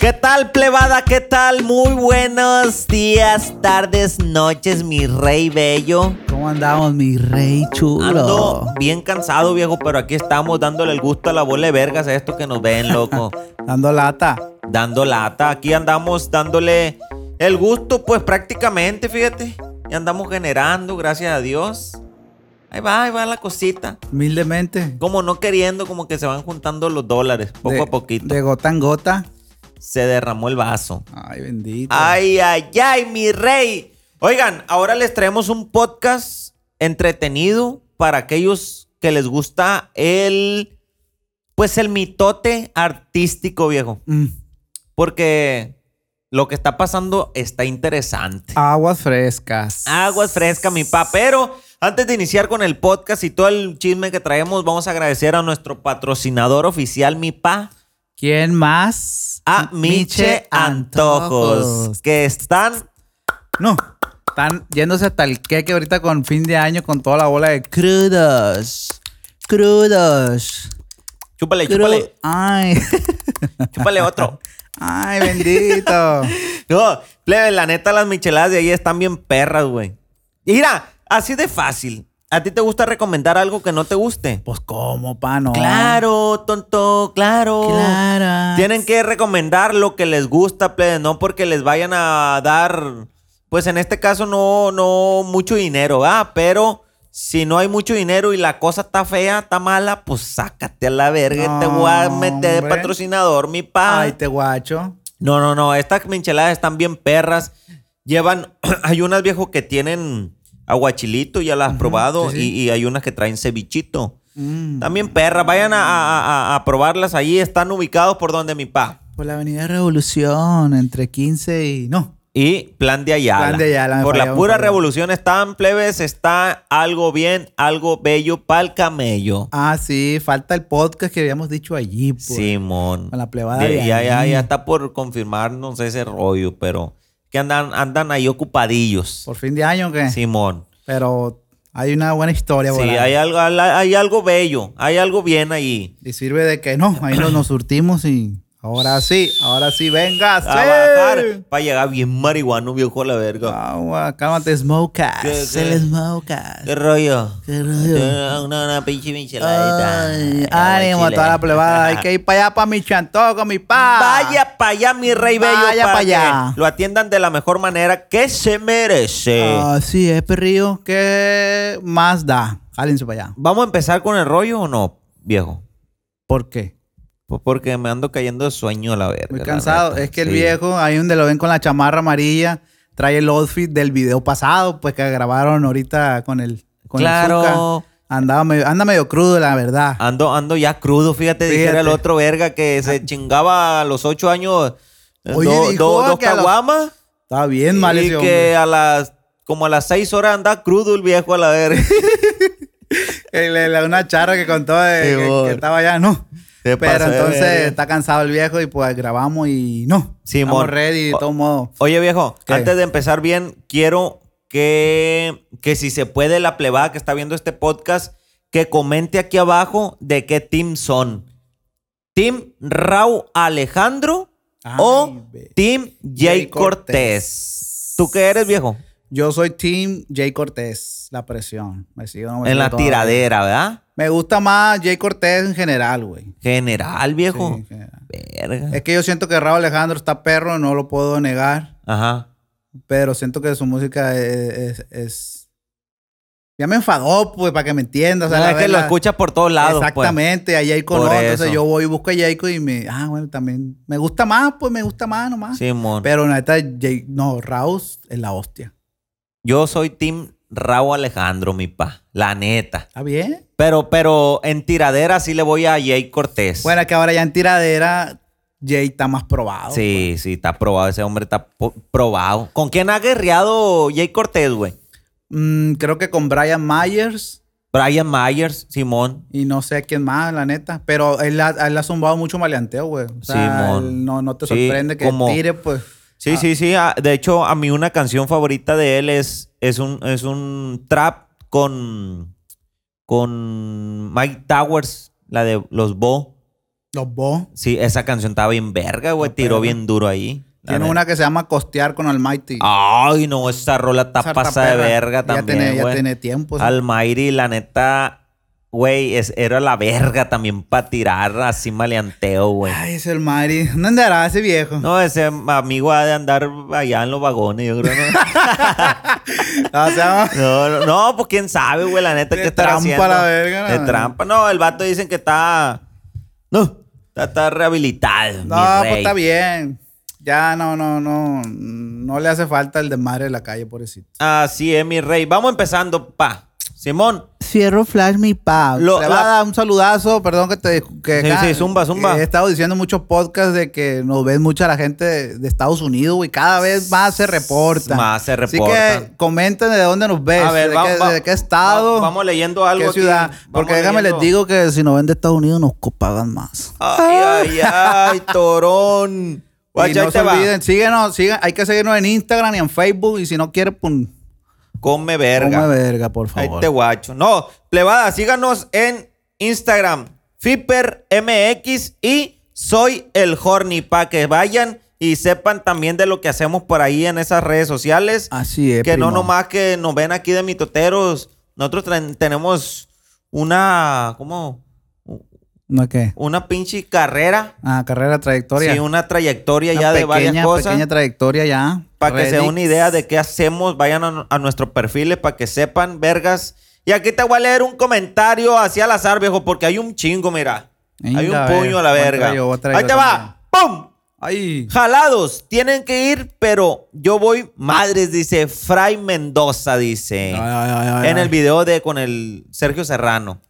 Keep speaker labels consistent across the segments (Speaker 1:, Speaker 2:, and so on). Speaker 1: ¿Qué tal, plebada? ¿Qué tal? Muy buenos días, tardes, noches, mi rey bello.
Speaker 2: ¿Cómo andamos, mi rey chulo?
Speaker 1: Ando bien cansado, viejo, pero aquí estamos dándole el gusto a la bola de vergas a estos que nos ven, loco.
Speaker 2: Dando lata.
Speaker 1: Dando lata. Aquí andamos dándole el gusto, pues prácticamente, fíjate. Y andamos generando, gracias a Dios. Ahí va, ahí va la cosita.
Speaker 2: Humildemente.
Speaker 1: Como no queriendo, como que se van juntando los dólares, poco
Speaker 2: De-
Speaker 1: a poquito.
Speaker 2: De gota en gota.
Speaker 1: Se derramó el vaso.
Speaker 2: Ay, bendito.
Speaker 1: Ay, ay, ay, mi rey. Oigan, ahora les traemos un podcast entretenido para aquellos que les gusta el, pues el mitote artístico, viejo.
Speaker 2: Mm.
Speaker 1: Porque lo que está pasando está interesante.
Speaker 2: Aguas frescas.
Speaker 1: Aguas frescas, mi pa. Pero antes de iniciar con el podcast y todo el chisme que traemos, vamos a agradecer a nuestro patrocinador oficial, mi pa.
Speaker 2: ¿Quién más?
Speaker 1: A Ah, Miche Antojos, que están
Speaker 2: No. Están yéndose hasta el queque ahorita con fin de año con toda la bola de crudos. Crudos.
Speaker 1: Chúpale,
Speaker 2: Cru-
Speaker 1: chúpale,
Speaker 2: Ay.
Speaker 1: chúpale otro.
Speaker 2: Ay, bendito.
Speaker 1: No, plebe, la neta, las micheladas de ahí están bien perras, güey. Y Mira, así de fácil. ¿A ti te gusta recomendar algo que no te guste?
Speaker 2: pues, ¿cómo, pano?
Speaker 1: Claro, tonto, claro.
Speaker 2: Claro.
Speaker 1: Tienen que recomendar lo que les gusta, plebe, no porque les vayan a dar, pues en este caso no, no mucho dinero, ah, pero si no hay mucho dinero y la cosa está fea, está mala, pues sácate a la verga,
Speaker 2: No,
Speaker 1: te voy a meter de
Speaker 2: hombre.
Speaker 1: patrocinador, mi pa.
Speaker 2: Ay, te guacho.
Speaker 1: No, no, no. Estas micheladas están bien perras. Llevan. hay unas viejo que tienen aguachilito, ya las has probado.
Speaker 2: sí, sí.
Speaker 1: Y, y hay unas que traen cevichito.
Speaker 2: Mm.
Speaker 1: También perras. Vayan a, a- a- a probarlas ahí. Están ubicados por donde mi pa.
Speaker 2: Por la Avenida Revolución, entre 15 y. No.
Speaker 1: Y plan de Ayala.
Speaker 2: Plan de Ayala, me
Speaker 1: Por la
Speaker 2: falló, me
Speaker 1: pura
Speaker 2: falló.
Speaker 1: revolución están plebes. Está algo bien, algo bello pa'l camello.
Speaker 2: Ah, sí, falta el podcast que habíamos dicho allí. pues.
Speaker 1: Simón.
Speaker 2: con la plebada
Speaker 1: De-
Speaker 2: de
Speaker 1: ya, ya,
Speaker 2: ahí.
Speaker 1: ya está por confirmarnos ese rollo, pero que andan, andan ahí ocupadillos.
Speaker 2: Por fin de año, ¿o ¿qué?
Speaker 1: Simón.
Speaker 2: Pero hay una buena historia,
Speaker 1: Sí,
Speaker 2: por ahí.
Speaker 1: hay algo, hay algo bello, hay algo bien ahí.
Speaker 2: Y sirve de que no, ahí nos, nos surtimos y. Ahora sí, ahora sí, venga, sí.
Speaker 1: A bajar para llegar bien marihuano, viejo a la
Speaker 2: Ah.
Speaker 1: verga.
Speaker 2: Agua, cálmate, Smokas.
Speaker 1: ¿Qué, qué?
Speaker 2: El Smokas.
Speaker 1: ¿Qué rollo?
Speaker 2: Qué rollo.
Speaker 1: Una, una- una pinche micheladita.
Speaker 2: Ay,
Speaker 1: Ay,
Speaker 2: ánimo a
Speaker 1: chile.
Speaker 2: toda la plebada. Hay que ir para allá, para mi chantoco, mi pa.
Speaker 1: Vaya para allá, mi rey bello.
Speaker 2: Vaya
Speaker 1: para
Speaker 2: pa' allá.
Speaker 1: que Lo atiendan de la mejor manera que se merece.
Speaker 2: Así es, perrillo. ¿Qué más da? Jálense para allá.
Speaker 1: ¿Vamos a empezar con el rollo o no, viejo?
Speaker 2: ¿Por qué?
Speaker 1: Pues porque me ando cayendo de sueño a la verga.
Speaker 2: Muy
Speaker 1: la
Speaker 2: cansado.
Speaker 1: neta.
Speaker 2: Es que el
Speaker 1: Sí.
Speaker 2: viejo, ahí donde lo ven con la chamarra amarilla, trae el outfit del video pasado, pues que grabaron ahorita con el. Con el
Speaker 1: Claro. Ah,
Speaker 2: Zucca. Andaba medio, anda medio crudo, la verdad.
Speaker 1: Ando, ando ya crudo, fíjate, dijera
Speaker 2: Fíjate. Ah.
Speaker 1: el otro verga que se chingaba a los ocho años eh,
Speaker 2: Oye,
Speaker 1: do-
Speaker 2: dijo
Speaker 1: do- dos
Speaker 2: que a los-
Speaker 1: caguamas
Speaker 2: Estaba bien mal
Speaker 1: y
Speaker 2: ese
Speaker 1: que
Speaker 2: hombre.
Speaker 1: a las como a las seis horas anda crudo el viejo a la verga.
Speaker 2: El- el- Eh, una charra que contó de-
Speaker 1: Sí,
Speaker 2: que- que,
Speaker 1: por.
Speaker 2: estaba allá, no.
Speaker 1: Se
Speaker 2: Pero
Speaker 1: pasó de
Speaker 2: entonces
Speaker 1: verga.
Speaker 2: está cansado el viejo y pues grabamos y no.
Speaker 1: Simón.
Speaker 2: Estamos ready de
Speaker 1: O-
Speaker 2: todo modo.
Speaker 1: Oye, viejo,
Speaker 2: ¿Qué?
Speaker 1: antes de empezar bien, quiero que, que si se puede la plebada que está viendo este podcast, que comente aquí abajo de qué team son. ¿Team Raúl Alejandro
Speaker 2: Ay,
Speaker 1: o
Speaker 2: ve.
Speaker 1: Team Jay
Speaker 2: Jay
Speaker 1: Cortés? ¿Tú qué eres, viejo?
Speaker 2: Yo soy Team Jay Cortés, la presión. Me sigo, no me
Speaker 1: En
Speaker 2: sigo
Speaker 1: la
Speaker 2: todavía.
Speaker 1: tiradera, ¿verdad?
Speaker 2: Me gusta más Jay Cortés en general, güey.
Speaker 1: General, viejo.
Speaker 2: Sí, en general.
Speaker 1: Verga.
Speaker 2: Es que yo siento que Raúl Alejandro está perro, no lo puedo negar.
Speaker 1: Ajá.
Speaker 2: Pero siento que su música e-, es. es- es- Ya me enfadó, pues, para que me entiendas. o sea,
Speaker 1: No,
Speaker 2: la
Speaker 1: es que lo
Speaker 2: verdad.
Speaker 1: escuchas por todos lados. pues.
Speaker 2: Exactamente, a Jayco
Speaker 1: Por
Speaker 2: no. Entonces
Speaker 1: eso.
Speaker 2: yo voy y busco a Jayco y me. Ah, bueno, también. Me gusta más, pues me gusta más nomás.
Speaker 1: Simón.
Speaker 2: Pero la neta, Jay- no, Raúl es la hostia.
Speaker 1: Yo soy Team Raúl Alejandro, mi pa. La neta.
Speaker 2: ¿Está bien?
Speaker 1: Pero, pero en tiradera sí le voy a Jay Cortés.
Speaker 2: Bueno, que ahora ya en tiradera, Jay está más probado.
Speaker 1: sí, sí, está probado. Ese hombre está po- probado. ¿Con quién ha guerreado Jay Cortés, güey?
Speaker 2: Mm, creo que con Brian Myers
Speaker 1: Brian Myers, Simón.
Speaker 2: y no sé quién más, la neta. Pero él ha, él ha zumbado mucho maleanteo, güey. O sea,
Speaker 1: Simón.
Speaker 2: él no, no te
Speaker 1: Sí,
Speaker 2: sorprende que
Speaker 1: como-
Speaker 2: tire, pues.
Speaker 1: Sí, sí, sí. Ah, De hecho, a mí una canción favorita de él es, es, un, es un trap con, con Mike Towers, la de los Bo.
Speaker 2: Los Bo.
Speaker 1: Sí, esa canción estaba bien verga, güey. Tiró bien duro ahí. la
Speaker 2: Tiene
Speaker 1: neta.
Speaker 2: una que se llama Costear con Almighty.
Speaker 1: Ay, no, esa rola está
Speaker 2: Esa
Speaker 1: pasada de
Speaker 2: perra.
Speaker 1: verga
Speaker 2: Ya
Speaker 1: también,
Speaker 2: tiene- ya
Speaker 1: güey.
Speaker 2: tiene tiempo, sí.
Speaker 1: Almighty, la neta, güey, es- era la verga también para tirar así maleanteo, güey.
Speaker 2: Ay, es el Mari. ¿Dónde andará ese viejo?
Speaker 1: No, ese amigo ha de andar allá en los vagones, yo creo. ¿no?
Speaker 2: O sea,
Speaker 1: No, no, no, pues quién sabe, güey, la neta
Speaker 2: De
Speaker 1: que estará
Speaker 2: trampa
Speaker 1: haciendo.
Speaker 2: la verga,
Speaker 1: De
Speaker 2: no.
Speaker 1: trampa. No, el vato dicen que está. No, está, está rehabilitado. mi
Speaker 2: no, pues
Speaker 1: rey.
Speaker 2: está bien. Ya no, no, no. No le hace falta el desmadre de la calle, pobrecito.
Speaker 1: Así es, mi rey. Vamos empezando, pa. Simón,
Speaker 2: Cierro flash mi pa.
Speaker 1: Lo-
Speaker 2: Le
Speaker 1: la-
Speaker 2: va a dar un saludazo, perdón que te que
Speaker 1: Sí, sí, zumba, zumba.
Speaker 2: He estado diciendo muchos podcasts de que nos ven mucha la gente de, de Estados Unidos, güey. Cada vez más se reporta.
Speaker 1: Más se
Speaker 2: Así
Speaker 1: reportan.
Speaker 2: que comenten de dónde nos ves.
Speaker 1: a ver,
Speaker 2: Este, de,
Speaker 1: va-
Speaker 2: qué,
Speaker 1: va-
Speaker 2: de qué estado.
Speaker 1: va- vamos leyendo algo.
Speaker 2: qué
Speaker 1: aquí.
Speaker 2: ciudad.
Speaker 1: Vamos
Speaker 2: Porque déjame
Speaker 1: leyendo.
Speaker 2: les digo que si nos ven de Estados Unidos nos copagan más.
Speaker 1: Ay, ay, ay, torón.
Speaker 2: y
Speaker 1: Guacha, ahí
Speaker 2: no se
Speaker 1: te va.
Speaker 2: olviden, síguenos, sigan, hay que seguirnos en Instagram y en Facebook. Y si no quieres, pum,
Speaker 1: Come
Speaker 2: verga.
Speaker 1: verga.
Speaker 2: verga, por
Speaker 1: Ahí
Speaker 2: favor.
Speaker 1: te guacho. No, plebada, síganos en Instagram, FiperMX y Soy el Horny, para que vayan y sepan también de lo que hacemos por ahí en esas redes sociales.
Speaker 2: Así es.
Speaker 1: que no
Speaker 2: Ah, primo.
Speaker 1: nomás que nos ven aquí de mitoteros. Nosotros tra- tenemos una, ¿cómo?
Speaker 2: ¿No qué?
Speaker 1: Una pinche carrera.
Speaker 2: Ah, carrera, trayectoria.
Speaker 1: Sí, una trayectoria
Speaker 2: Una
Speaker 1: ya de
Speaker 2: pequeña,
Speaker 1: varias cosas.
Speaker 2: pequeña trayectoria ya.
Speaker 1: Para que se den
Speaker 2: Ready.
Speaker 1: una idea de qué hacemos, vayan a, a nuestro perfil para que sepan, vergas. Y aquí te voy a leer un comentario hacia al azar, viejo, porque hay un chingo, mira.
Speaker 2: Venga,
Speaker 1: hay
Speaker 2: a
Speaker 1: un
Speaker 2: ver,
Speaker 1: puño a la
Speaker 2: voy a
Speaker 1: verga.
Speaker 2: traer yo, voy a traer
Speaker 1: Ahí
Speaker 2: yo
Speaker 1: te va. ¡Pum!
Speaker 2: Ay.
Speaker 1: Jalados, tienen que ir, pero yo voy madres, dice Fray Mendoza, dice.
Speaker 2: Ay, ay, ay, ay,
Speaker 1: en
Speaker 2: ay.
Speaker 1: el video de con el Sergio Serrano.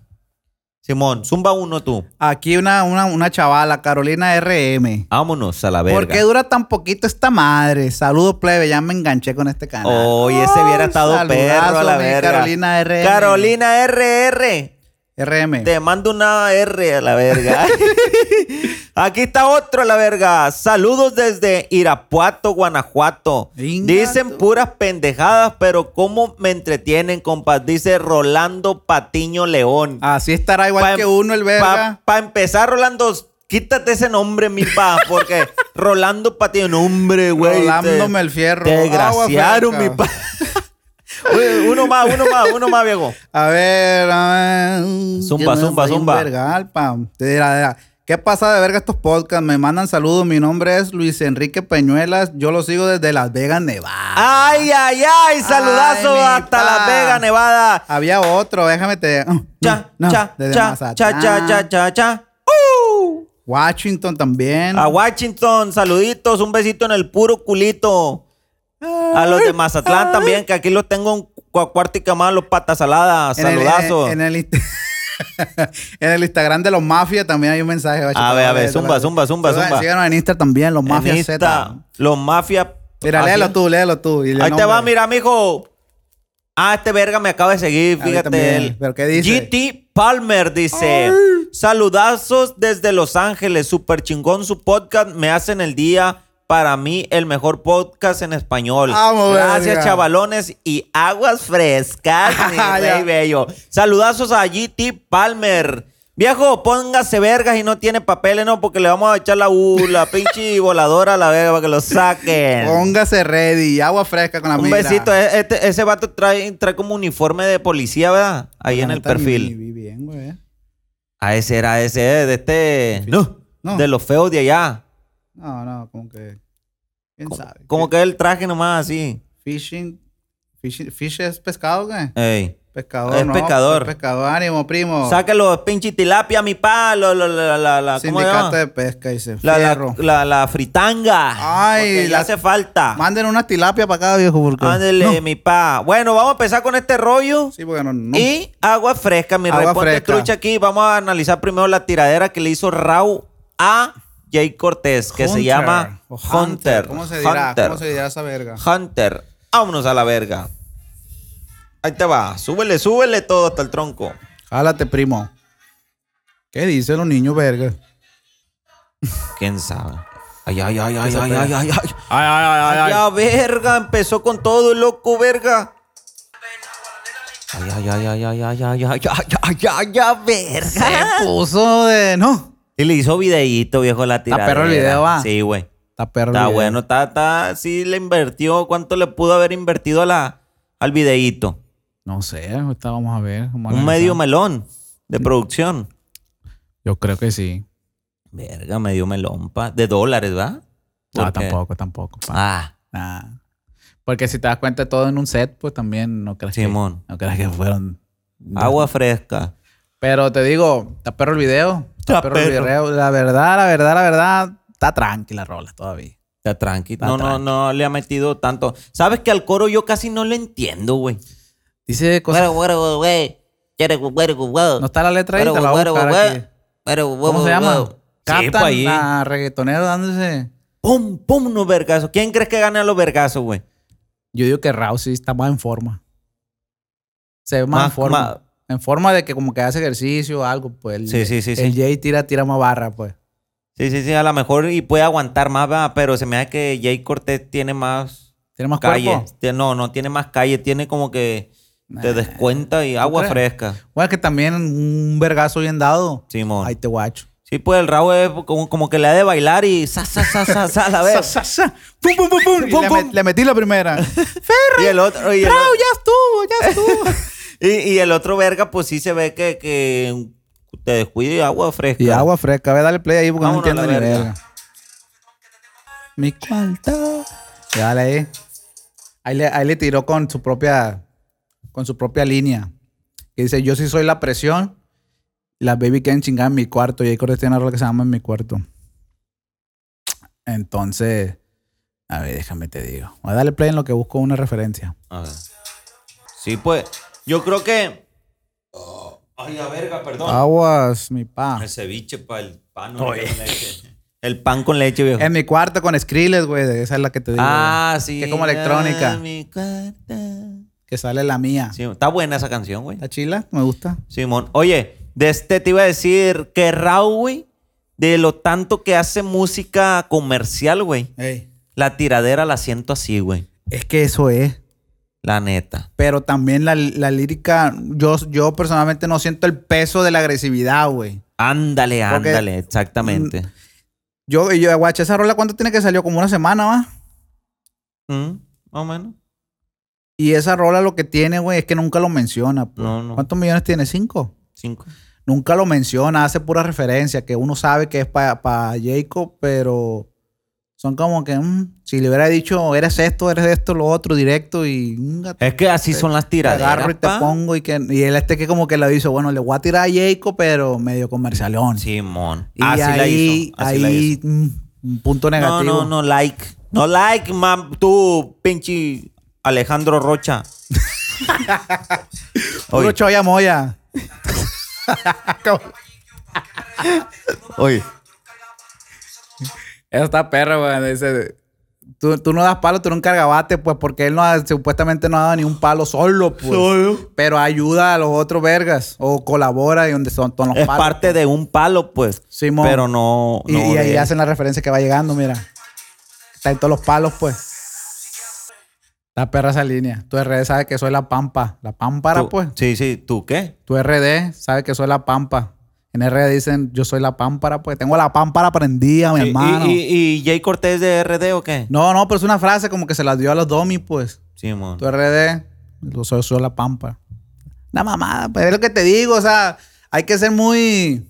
Speaker 1: Simón, zumba uno tú.
Speaker 2: Aquí una, una, una chavala, Carolina RM.
Speaker 1: Vámonos a la verga.
Speaker 2: ¿Por qué dura tan poquito esta madre? Saludos, plebe. Ya me enganché con este canal.
Speaker 1: Oye, ese hubiera
Speaker 2: Ay,
Speaker 1: estado perro a la
Speaker 2: Oh, mi
Speaker 1: verga.
Speaker 2: Carolina RM.
Speaker 1: Carolina RR.
Speaker 2: RM.
Speaker 1: Te mando una R a la verga. Aquí está otro a la verga. Saludos desde Irapuato, Guanajuato.
Speaker 2: Inga
Speaker 1: Dicen
Speaker 2: tú.
Speaker 1: puras pendejadas, pero cómo me entretienen, compas. Dice Rolando Patiño León.
Speaker 2: Así estará Ah, igual
Speaker 1: Pa-
Speaker 2: que uno el verga.
Speaker 1: Para empezar, Rolando, quítate ese nombre, mi pa, porque Rolando Patiño, nombre, güey.
Speaker 2: Rolándome
Speaker 1: te-
Speaker 2: el fierro.
Speaker 1: Te desgraciaron,
Speaker 2: Agua
Speaker 1: mi
Speaker 2: fresca.
Speaker 1: pa. Oye, uno más, uno más, uno más, viejo.
Speaker 2: A ver, a ver.
Speaker 1: Zumba,
Speaker 2: Yo me
Speaker 1: zumba,
Speaker 2: soy un
Speaker 1: zumba.
Speaker 2: vergal, pa. De la- de la- ¿Qué pasa de verga estos podcasts? Me mandan saludos. Mi nombre es Luis Enrique Peñuelas. Yo lo sigo desde Las Vegas, Nevada.
Speaker 1: Ay, ay, ay, saludazo
Speaker 2: mi
Speaker 1: hasta
Speaker 2: pa.
Speaker 1: Las Vegas, Nevada.
Speaker 2: Había otro, déjame te. no,
Speaker 1: Cha,
Speaker 2: no,
Speaker 1: cha,
Speaker 2: desde
Speaker 1: cha, cha,
Speaker 2: Mazatlán.
Speaker 1: cha,
Speaker 2: Ah.
Speaker 1: cha, cha, cha. ¡Uh!
Speaker 2: Washington también.
Speaker 1: A Washington, saluditos, un besito en el puro culito. A los de Mazatlán también, que aquí los tengo en Cuacuarta y Camal, los patas saladas.
Speaker 2: En el- eh,
Speaker 1: Saludazos.
Speaker 2: En el, en el- en el Instagram de los mafias también hay un mensaje. guacho,
Speaker 1: A ver, a ver,
Speaker 2: dale,
Speaker 1: zumba,
Speaker 2: dale.
Speaker 1: zumba, zumba,
Speaker 2: Síganos-
Speaker 1: zumba.
Speaker 2: Síganos en Insta también, los
Speaker 1: En
Speaker 2: mafias
Speaker 1: Insta,
Speaker 2: Z.
Speaker 1: Los mafia.
Speaker 2: Mira,
Speaker 1: Así.
Speaker 2: léelo tú, léelo tú. y lee
Speaker 1: Ahí te va,
Speaker 2: nombre.
Speaker 1: mira, mijo. Ah, este verga me acaba de seguir,
Speaker 2: A mí
Speaker 1: fíjate.
Speaker 2: también,
Speaker 1: él.
Speaker 2: ¿pero qué dice?
Speaker 1: GT Palmer dice: Saludazos desde Los Ángeles, super chingón su podcast, me hacen el día. Para mí, el mejor podcast en español.
Speaker 2: Vamos,
Speaker 1: Gracias,
Speaker 2: verga.
Speaker 1: chavalones. Y aguas frescas, mi
Speaker 2: Ah, ya.
Speaker 1: rey bello. Saludazos a GT Palmer. Viejo, póngase vergas y no tiene papeles, no, porque le vamos a echar la U, la pinche voladora a la verga para que lo saquen.
Speaker 2: Póngase ready, agua fresca con la
Speaker 1: Em. Un
Speaker 2: migra.
Speaker 1: besito. E- este- ese vato trae, trae como uniforme de policía, ¿verdad? Ahí
Speaker 2: La
Speaker 1: en el
Speaker 2: neta, ni- ni
Speaker 1: perfil.
Speaker 2: vi bien, güey. ¿eh?
Speaker 1: A ese era ese, de este. No,
Speaker 2: No.
Speaker 1: De los feos de allá.
Speaker 2: No, no, como que. ¿Quién sabe?
Speaker 1: Como que el traje nomás así.
Speaker 2: Fishing. Fishing, fish es pescado, güey.
Speaker 1: Ey.
Speaker 2: Pescador.
Speaker 1: Es
Speaker 2: no,
Speaker 1: pescador.
Speaker 2: es pescador, ánimo, primo.
Speaker 1: Saque los pinches tilapia, mi pa. lo- lo- la, la, la- ¿cómo se llama?
Speaker 2: Sindicato de pesca, dice.
Speaker 1: La, la-
Speaker 2: Fierro.
Speaker 1: la- la fritanga.
Speaker 2: Ay,
Speaker 1: Porque ya
Speaker 2: la-
Speaker 1: hace falta.
Speaker 2: Manden una tilapia para acá, viejo, porque.
Speaker 1: Ándele,
Speaker 2: No.
Speaker 1: mi pa. Bueno, vamos a empezar con este rollo.
Speaker 2: Sí, porque no. no.
Speaker 1: Y agua fresca, mi
Speaker 2: Agua
Speaker 1: rey. Ponte
Speaker 2: fresca.
Speaker 1: trucha aquí. Vamos a analizar primero la tiradera que le hizo Raúl a Jay Cortés, que se
Speaker 2: Hunter,
Speaker 1: llama
Speaker 2: o
Speaker 1: Hunter.
Speaker 2: ¿Cómo se dirá?
Speaker 1: Hunter.
Speaker 2: ¿Cómo se dirá esa verga?
Speaker 1: Hunter. Vámonos a la verga. Ahí te va. Súbele, súbele todo hasta el tronco.
Speaker 2: Jálate, primo. ¿Qué dicen los niños, verga?
Speaker 1: ¿Quién sabe? Ay, ay, ay, ay, ay, ay, ay, ay.
Speaker 2: Ay, ay,
Speaker 1: Ay, ya, verga, empezó con todo, loco, verga. Ay, ay, ay, ay, ay, ay, ay, ay, ay, ay, ay, ay, ay, verga.
Speaker 2: Se puso de. No.
Speaker 1: Y le hizo videíto, viejo, la tirada.
Speaker 2: perro el video, va.
Speaker 1: Sí, güey.
Speaker 2: Está perro. el
Speaker 1: Está
Speaker 2: video.
Speaker 1: bueno, está, está, sí le invirtió. ¿Cuánto le pudo haber invertido a la, al videíto?
Speaker 2: No sé, ahorita vamos a ver. vamos a
Speaker 1: Un
Speaker 2: analizar.
Speaker 1: medio melón de
Speaker 2: Mm.
Speaker 1: producción.
Speaker 2: Yo creo que sí.
Speaker 1: Verga, medio melón, pa. De dólares, ¿va?
Speaker 2: No,
Speaker 1: Porque-
Speaker 2: Ah, tampoco, tampoco. pa.
Speaker 1: Ah,
Speaker 2: Nah. Porque si te das cuenta todo en un set, pues también no crees
Speaker 1: Simón. Ah,
Speaker 2: que. No crees que fueron.
Speaker 1: agua fresca.
Speaker 2: Pero te digo, está perro el video. Está,
Speaker 1: Está
Speaker 2: perro, el
Speaker 1: perro.
Speaker 2: video. La verdad, la verdad, la verdad, está tranquila rola todavía.
Speaker 1: Está tranqui.
Speaker 2: Está
Speaker 1: no,
Speaker 2: tranqui.
Speaker 1: no, no le ha metido tanto. ¿Sabes que al coro yo casi no le entiendo, güey?
Speaker 2: Dice cosas.
Speaker 1: Güero, güero, güey. Quiere, güero, güero.
Speaker 2: no está la letra ahí,
Speaker 1: Güero,
Speaker 2: te la voy a
Speaker 1: güero,
Speaker 2: buscar
Speaker 1: güero.
Speaker 2: aquí.
Speaker 1: Güero,
Speaker 2: ¿Cómo
Speaker 1: güero,
Speaker 2: se llama?
Speaker 1: güero. Sí,
Speaker 2: Captan
Speaker 1: pa' ahí.
Speaker 2: a reggaetonero dándose.
Speaker 1: Pum, pum, unos vergazos. ¿Quién crees que gane a los vergazos, güey?
Speaker 2: Yo digo que Rousey está más en forma. Se ve más,
Speaker 1: Más-
Speaker 2: en forma.
Speaker 1: más-
Speaker 2: En forma de que como que hace ejercicio o algo, pues. El,
Speaker 1: Sí, sí, sí,
Speaker 2: El
Speaker 1: sí.
Speaker 2: Jay tira, tira más barra, pues.
Speaker 1: Sí, sí, sí. A lo mejor y puede aguantar más, va, pero se me da que Jay Cortés tiene más
Speaker 2: Tiene más
Speaker 1: calle.
Speaker 2: cuerpo.
Speaker 1: Tie- No, no tiene más calle. Tiene como que te descuenta y agua
Speaker 2: crees?
Speaker 1: fresca.
Speaker 2: Bueno, que también un vergazo bien dado.
Speaker 1: Simón.
Speaker 2: Ahí te guacho.
Speaker 1: Sí, pues el rabo es como, como que le ha de bailar y sa, sa, sa, sa, sa, a la
Speaker 2: Sa,
Speaker 1: vez.
Speaker 2: sa, sa. Pum, pum, pum, pum,
Speaker 1: Y
Speaker 2: pum,
Speaker 1: le
Speaker 2: pum.
Speaker 1: met-
Speaker 2: le metí la primera.
Speaker 1: y el otro, y el,
Speaker 2: ¡Bravo! ¡Ya estuvo! ¡Ya estuvo!
Speaker 1: y, y el otro verga, pues sí se ve que, que te descuida y agua fresca.
Speaker 2: y agua fresca. A ver, dale play ahí porque
Speaker 1: Vámonos
Speaker 2: no
Speaker 1: a
Speaker 2: entiendo
Speaker 1: la
Speaker 2: ni
Speaker 1: verga.
Speaker 2: verga. Mi cuarto. Dale ahí. Ahí le, ahí le tiró con su propia con su propia línea. Que dice, yo sí soy la presión. Las baby quieren chingar en mi cuarto. Y ahí Cortés tiene una rola que se llama En mi cuarto. Entonces, a ver, déjame te digo. Voy a darle play en lo que busco una referencia.
Speaker 1: A ver. Sí, pues yo creo que. Ay, la verga, perdón.
Speaker 2: Aguas, mi pa.
Speaker 1: El ceviche para el pan con leche. Ah. eh. El pan con leche, viejo.
Speaker 2: En mi cuarto con Skrillex, güey. de- Esa es la que te digo.
Speaker 1: ah,
Speaker 2: güey.
Speaker 1: sí.
Speaker 2: Que es como electrónica.
Speaker 1: Ah, mi cuarta.
Speaker 2: Que sale la mía.
Speaker 1: Sí, está buena esa canción, güey.
Speaker 2: La chila, me gusta.
Speaker 1: Simón, oye, de este te iba a decir que Raúl, güey, de lo tanto que hace música comercial, güey, la tiradera la siento así, güey.
Speaker 2: Es que eso es.
Speaker 1: La neta.
Speaker 2: Pero también la, la lírica, yo, yo personalmente no siento el peso de la agresividad, güey.
Speaker 1: Ándale,
Speaker 2: Porque-
Speaker 1: ándale, exactamente.
Speaker 2: Yo, yo, guacha, esa rola, ¿cuánto tiene que salió? Como una semana, ¿va?
Speaker 1: Mm, Más o menos.
Speaker 2: Y esa rola lo que tiene, güey, es que nunca lo menciona. pues.
Speaker 1: No, no.
Speaker 2: ¿Cuántos millones tiene? ¿Cinco?
Speaker 1: Cinco.
Speaker 2: Nunca lo menciona, hace pura referencia, que uno sabe que es para Jacob, pero son como que, mm, si le hubiera dicho, eres esto, eres esto, lo otro, directo, y mm, gato,
Speaker 1: Es que así son las
Speaker 2: te agarro
Speaker 1: tiraderas.
Speaker 2: y te
Speaker 1: pa.
Speaker 2: pongo, y, que, y el este que como que le dice, bueno, le voy a tirar a Jacob, pero medio comercialón.
Speaker 1: Simón.
Speaker 2: Y
Speaker 1: así
Speaker 2: ahí,
Speaker 1: la hizo. Así la
Speaker 2: ahí,
Speaker 1: hizo.
Speaker 2: mm, un punto negativo.
Speaker 1: No, no, no, like. No like, mam, tú, pinche Alejandro Rocha.
Speaker 2: Puro
Speaker 1: Oye.
Speaker 2: choya moya.
Speaker 1: Oye.
Speaker 2: Eso está perro, güey. Dice, tú, tú no das palo, tú no encargabate, pues, porque él no ha- supuestamente no ha dado ni un palo solo, pues.
Speaker 1: Solo.
Speaker 2: Pero ayuda a los otros vergas o colabora y donde son, son los
Speaker 1: Es
Speaker 2: palos.
Speaker 1: parte de un palo, pues.
Speaker 2: Simón.
Speaker 1: Pero no.
Speaker 2: Y,
Speaker 1: no
Speaker 2: y ahí
Speaker 1: de-
Speaker 2: hacen la referencia que va llegando, mira. Está en todos los palos, pues. La perra esa línea. Tu RD sabe que soy la pampa. La pámpara,
Speaker 1: tú-
Speaker 2: pues.
Speaker 1: Sí, sí, ¿tú qué?
Speaker 2: Tu RD sabe que soy la pampa. En RD dicen, yo soy la pámpara, pues. Tengo la pámpara prendida, mi
Speaker 1: ¿Y-
Speaker 2: hermano.
Speaker 1: ¿Y, y, Jay Cortés de RD o qué?
Speaker 2: No, no, pero es una frase como que se la dio a los domis, pues.
Speaker 1: Simón.
Speaker 2: Tu RD, lo soy, soy la pampa. Una mamada, pues es lo que te digo, o sea, hay que ser muy...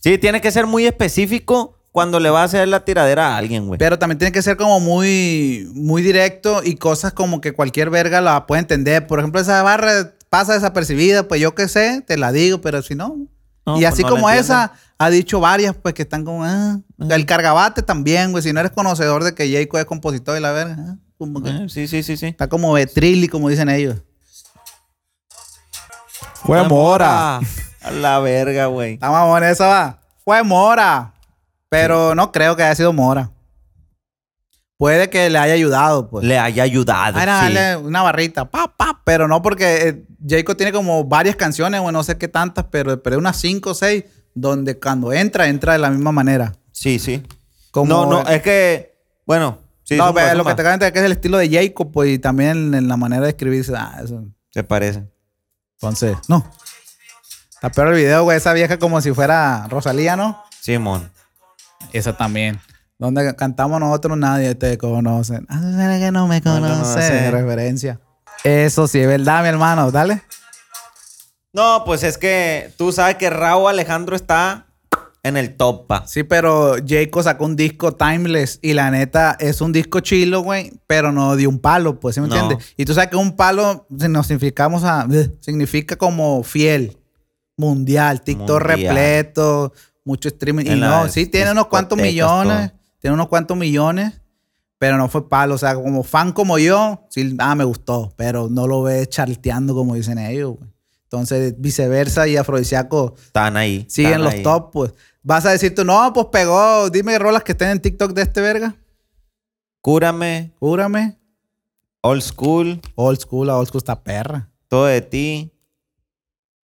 Speaker 1: Sí, tiene que ser muy específico cuando le va a hacer la tiradera a alguien, güey.
Speaker 2: Pero también tiene que ser como muy, muy directo y cosas como que cualquier verga la puede entender. Por ejemplo, esa barra pasa desapercibida, pues yo qué sé, te la digo, pero si no...
Speaker 1: No,
Speaker 2: y
Speaker 1: pues
Speaker 2: así
Speaker 1: no la
Speaker 2: como
Speaker 1: entiendo. Eh.
Speaker 2: esa, ha dicho varias, pues que están como... ah. El cargabate también, güey, si no eres conocedor de que Jayco es compositor y la verga, ah, como que...
Speaker 1: Eh, Sí, sí, sí, sí.
Speaker 2: Está como vetrili, como dicen ellos.
Speaker 1: Ay, A la verga, güey.
Speaker 2: Está mamón esa, va. Fue Mora. Pero no creo que haya sido Mora. Puede que le haya ayudado, pues.
Speaker 1: Le haya ayudado.
Speaker 2: Ay, no,
Speaker 1: sí.
Speaker 2: dale una barrita, pa, pa, pero no porque eh, Jacob tiene como varias canciones, bueno, no sé qué tantas, pero, pero unas cinco o seis, donde cuando entra, entra de la misma manera.
Speaker 1: Sí, sí.
Speaker 2: Como-
Speaker 1: no, no, es que. Bueno, sí.
Speaker 2: no,
Speaker 1: suma,
Speaker 2: pero lo
Speaker 1: suma.
Speaker 2: que te cuenta es que es el estilo de Jacob, pues, y también en la manera de escribirse. ah, eso.
Speaker 1: Se parece.
Speaker 2: Entonces, no. Está peor el video, güey, esa vieja como si fuera Rosalía, ¿no?
Speaker 1: Simón.
Speaker 2: Esa también. Donde cantamos nosotros, nadie te conoce. Ah, será que no me conoce.
Speaker 1: conoce.
Speaker 2: Referencia. Eso sí, es verdad, mi hermano. Dale.
Speaker 1: No, pues es que tú sabes que Raúl Alejandro está en el top, pa.
Speaker 2: Sí, pero Jaco sacó un disco timeless y la neta es un disco chilo, güey, pero no dio un palo, pues, ¿sí me
Speaker 1: No.
Speaker 2: entiendes? Y tú sabes que un palo si nos significamos a eh, significa como fiel, mundial, TikTok
Speaker 1: Mundial.
Speaker 2: repleto, mucho streaming y
Speaker 1: En
Speaker 2: no,
Speaker 1: las
Speaker 2: sí tiene unos cuantos
Speaker 1: discotecas,
Speaker 2: millones,
Speaker 1: todo.
Speaker 2: tiene unos cuantos millones, pero no fue palo, o sea, como fan como yo, sí, ah, me gustó, pero no lo ves charteando como dicen ellos, güey. Entonces, viceversa y afrodisíaco
Speaker 1: Están ahí.
Speaker 2: siguen
Speaker 1: están
Speaker 2: los
Speaker 1: ahí.
Speaker 2: top, pues. Vas a decir tú, no, pues pegó, dime rolas que estén en TikTok de este verga.
Speaker 1: Cúrame,
Speaker 2: Cúrame.
Speaker 1: Old School,
Speaker 2: Old school, la old school está perra.
Speaker 1: Todo de ti.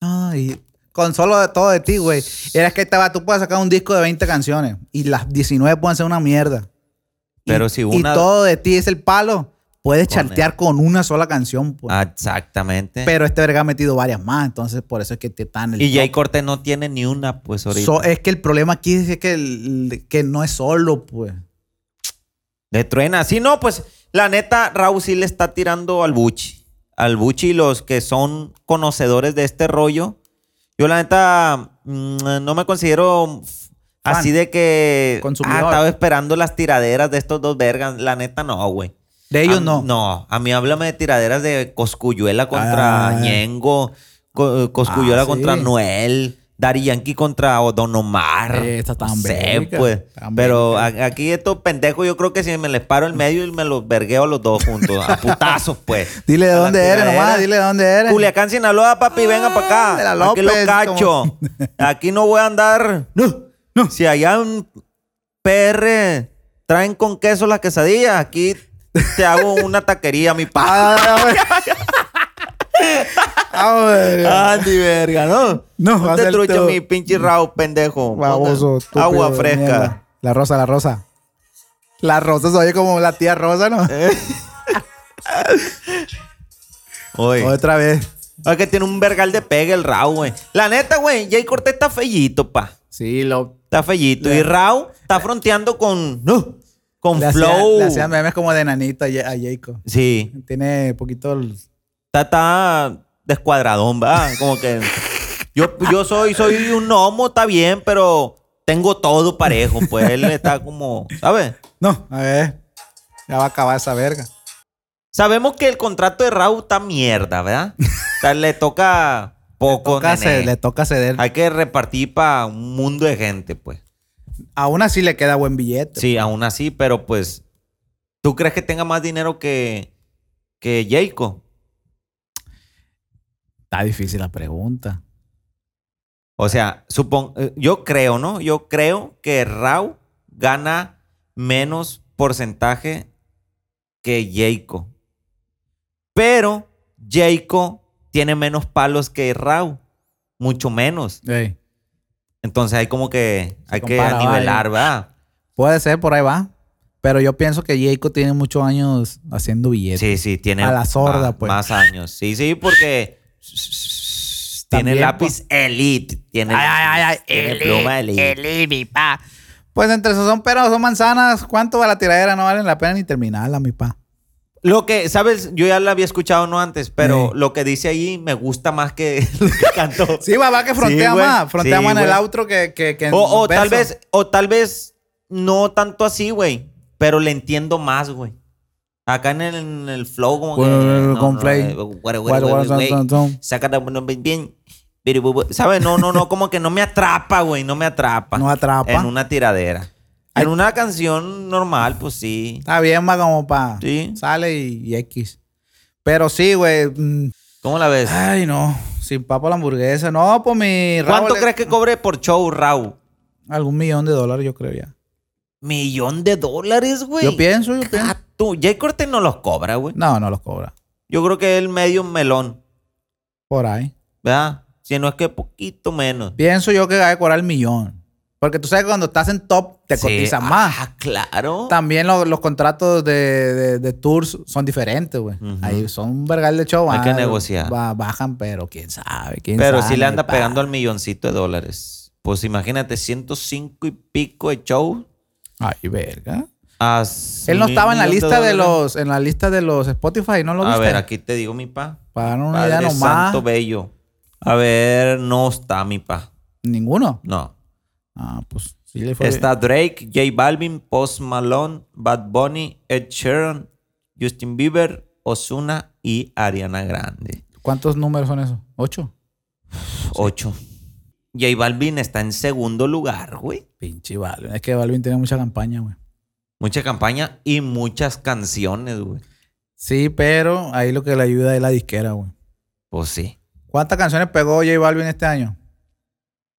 Speaker 2: No, y con solo de todo de ti, güey. Era que estaba, tú puedes sacar un disco de 20 canciones y las 19 pueden ser una mierda. Y-
Speaker 1: Pero si una-
Speaker 2: Y todo de ti es el palo, puedes
Speaker 1: Con
Speaker 2: chartear con una sola canción, pues.
Speaker 1: Ah, Exactamente.
Speaker 2: Pero este verga ha metido varias más, entonces por eso es que te están el
Speaker 1: y Jay Cortés no tiene ni una, pues ahorita.
Speaker 2: So- es que el problema aquí es que, el- que no es solo, pues.
Speaker 1: De truena. Sí, no, pues la neta, Raúl sí le está tirando al Buchi. Al Buchi y los que son conocedores de este rollo. Yo la neta mm, no me considero f-
Speaker 2: Fan.
Speaker 1: así de que
Speaker 2: Consumidor.
Speaker 1: ah, estaba esperando las tiraderas de estos dos vergas. La neta no, güey.
Speaker 2: De ellos
Speaker 1: A-
Speaker 2: no.
Speaker 1: Ah, No, a mí háblame de tiraderas de Coscuyuela contra
Speaker 2: Ah.
Speaker 1: Ñengo, co- eh, Coscuyuela
Speaker 2: Ah, sí.
Speaker 1: contra Noel, Dari Yankee contra o- Don Omar.
Speaker 2: Eh, está
Speaker 1: No
Speaker 2: tan
Speaker 1: sé,
Speaker 2: verga,
Speaker 1: pues.
Speaker 2: tan
Speaker 1: Pero a- aquí estos pendejos, yo creo que si me les paro en medio y me los vergueo a los dos juntos, a putazos, pues.
Speaker 2: Dile de
Speaker 1: A la
Speaker 2: dónde eres
Speaker 1: tiradera.
Speaker 2: nomás, dile de dónde eres.
Speaker 1: Culiacán, Sinaloa, papi, venga para acá.
Speaker 2: Ah, de la
Speaker 1: aquí lo
Speaker 2: López,
Speaker 1: cacho.
Speaker 2: como-
Speaker 1: Aquí no voy a andar.
Speaker 2: No, no.
Speaker 1: Si allá en PR traen con queso las quesadillas, aquí te hago una taquería, mi pa.
Speaker 2: Ah,
Speaker 1: Andy, verga, ¿no?
Speaker 2: No,
Speaker 1: Ah, no
Speaker 2: va a
Speaker 1: te
Speaker 2: ser
Speaker 1: trucho
Speaker 2: tú.
Speaker 1: mi pinche rabo, pendejo.
Speaker 2: Baboso,
Speaker 1: Ponte
Speaker 2: estúpido
Speaker 1: Agua
Speaker 2: de
Speaker 1: fresca.
Speaker 2: mierda. La rosa, la rosa. La rosa se oye como la tía rosa, ¿no?
Speaker 1: Oye,
Speaker 2: Otra vez.
Speaker 1: es que tiene un vergal de pegue el Raúl, güey. La neta, güey, Jay Cortés está fellito, pa.
Speaker 2: Sí, lo.
Speaker 1: Está fellito. Y Raúl está fronteando con... No. Con
Speaker 2: Le hacía-
Speaker 1: Flow.
Speaker 2: le hacían memes como de nanito a, Ye- a Jacob.
Speaker 1: sí.
Speaker 2: Tiene poquito. el-
Speaker 1: Está, está descuadradón, va. Como que... Yo, yo soy, soy un homo, está bien, pero tengo todo parejo. Pues él está como... ¿Sabes?
Speaker 2: No, a ver. Ya va a acabar esa verga.
Speaker 1: Sabemos que el contrato de Raúl está mierda, ¿verdad? O sea, le toca poco.
Speaker 2: Toca
Speaker 1: nene.
Speaker 2: ce- le toca ceder.
Speaker 1: Hay que repartir para un mundo de gente, pues.
Speaker 2: Aún así le queda buen billete.
Speaker 1: Sí, aún así, pero pues. ¿Tú crees que tenga más dinero que, que Jayco?
Speaker 2: Está difícil la pregunta.
Speaker 1: O sea, supon eh, yo creo, ¿no? Yo creo que Raúl gana menos porcentaje que Jayco. Pero Jayco tiene menos palos que Raúl. Mucho menos.
Speaker 2: Ey,
Speaker 1: Entonces hay como que
Speaker 2: Se
Speaker 1: hay que
Speaker 2: compara,
Speaker 1: nivelar, ¿verdad?
Speaker 2: Puede ser, por ahí va. Pero yo pienso que Jacob tiene muchos años haciendo billetes.
Speaker 1: Sí, sí, tiene
Speaker 2: A la sorda,
Speaker 1: ma-
Speaker 2: pues.
Speaker 1: más años. Sí, sí, porque tiene
Speaker 2: También,
Speaker 1: lápiz elite, tiene, tiene pluma elite.
Speaker 2: Pues entre esos son peras o son manzanas, ¿cuánto va la tiradera? No vale la pena ni terminarla, mi pa.
Speaker 1: Lo que, ¿sabes? Yo ya la había escuchado no antes, pero
Speaker 2: Sí.
Speaker 1: lo que dice ahí me gusta más que lo que cantó.
Speaker 2: Sí, va, va que frontea
Speaker 1: Sí, güey.
Speaker 2: más. Frontea
Speaker 1: Sí,
Speaker 2: más en el
Speaker 1: güey.
Speaker 2: outro que, que, que en
Speaker 1: O,
Speaker 2: los
Speaker 1: o tal
Speaker 2: versos.
Speaker 1: vez, o tal vez no tanto así, güey, pero le entiendo más, güey. Acá en el, en el flow como que...
Speaker 2: Güey, güey,
Speaker 1: no,
Speaker 2: con
Speaker 1: no,
Speaker 2: play.
Speaker 1: eh, güey, güey,
Speaker 2: Guarda,
Speaker 1: güey,
Speaker 2: guarda,
Speaker 1: güey.
Speaker 2: son, son, son.
Speaker 1: saca la- no, bien. pero, bu- bu- ¿Sabes? No, no, no, como que no me atrapa, güey, no me atrapa.
Speaker 2: No atrapa.
Speaker 1: En una tiradera. En una canción normal, pues sí.
Speaker 2: Está bien, va como pa.
Speaker 1: Sí.
Speaker 2: Sale y, y X. Pero sí, güey. mm,
Speaker 1: ¿Cómo la ves?
Speaker 2: Ay, no. Sin papa la hamburguesa. No, pues mi. Raúl
Speaker 1: ¿Cuánto
Speaker 2: le-
Speaker 1: crees que cobre por show, Raúl?
Speaker 2: Algún millón de dólares, yo creo ya.
Speaker 1: Millón de dólares, güey.
Speaker 2: Yo pienso, yo pienso.
Speaker 1: Ah, tú, Jay Cortez no los cobra, güey.
Speaker 2: No, no los cobra.
Speaker 1: Yo creo que él medio melón,
Speaker 2: Por ahí.
Speaker 1: ¿verdad? Si no es que poquito menos.
Speaker 2: Pienso yo que va a cobrar el millón. Porque tú sabes que cuando estás en top, te
Speaker 1: Sí.
Speaker 2: cotizan más.
Speaker 1: Ah, claro.
Speaker 2: También lo- los contratos de, de- de tours son diferentes, güey.
Speaker 1: Ujú.
Speaker 2: Ahí son un vergal de show.
Speaker 1: Hay
Speaker 2: ah,
Speaker 1: que negociar.
Speaker 2: ba- bajan, pero quién sabe. quién
Speaker 1: Pero
Speaker 2: sabe,
Speaker 1: sí le anda
Speaker 2: pa.
Speaker 1: pegando al milloncito de dólares. Pues imagínate, 105 y pico de show.
Speaker 2: Ay, verga.
Speaker 1: a
Speaker 2: Él no estaba en la
Speaker 1: millones
Speaker 2: lista de
Speaker 1: dólares.
Speaker 2: los, en la lista de los Spotify, ¿no lo viste?
Speaker 1: A ver, aquí te digo, mi pa.
Speaker 2: Para dar una idea
Speaker 1: Padre
Speaker 2: nomás.
Speaker 1: Santo Bello. A ver, no está, mi pa.
Speaker 2: Ninguno.
Speaker 1: No.
Speaker 2: Ah, pues sí le fue.
Speaker 1: Está Drake, J Balvin, Post Malone, Bad Bunny, Ed Sheeran, Justin Bieber, Osuna y Ariana Grande.
Speaker 2: ¿Cuántos números son esos? ¿Ocho?
Speaker 1: Ocho. J Balvin está en segundo lugar, güey.
Speaker 2: Pinche Balvin. Es que Balvin tiene mucha campaña, güey.
Speaker 1: Mucha campaña y muchas canciones, güey.
Speaker 2: Sí, pero ahí lo que le ayuda es la disquera, güey.
Speaker 1: Pues sí.
Speaker 2: ¿Cuántas canciones pegó J Balvin este año?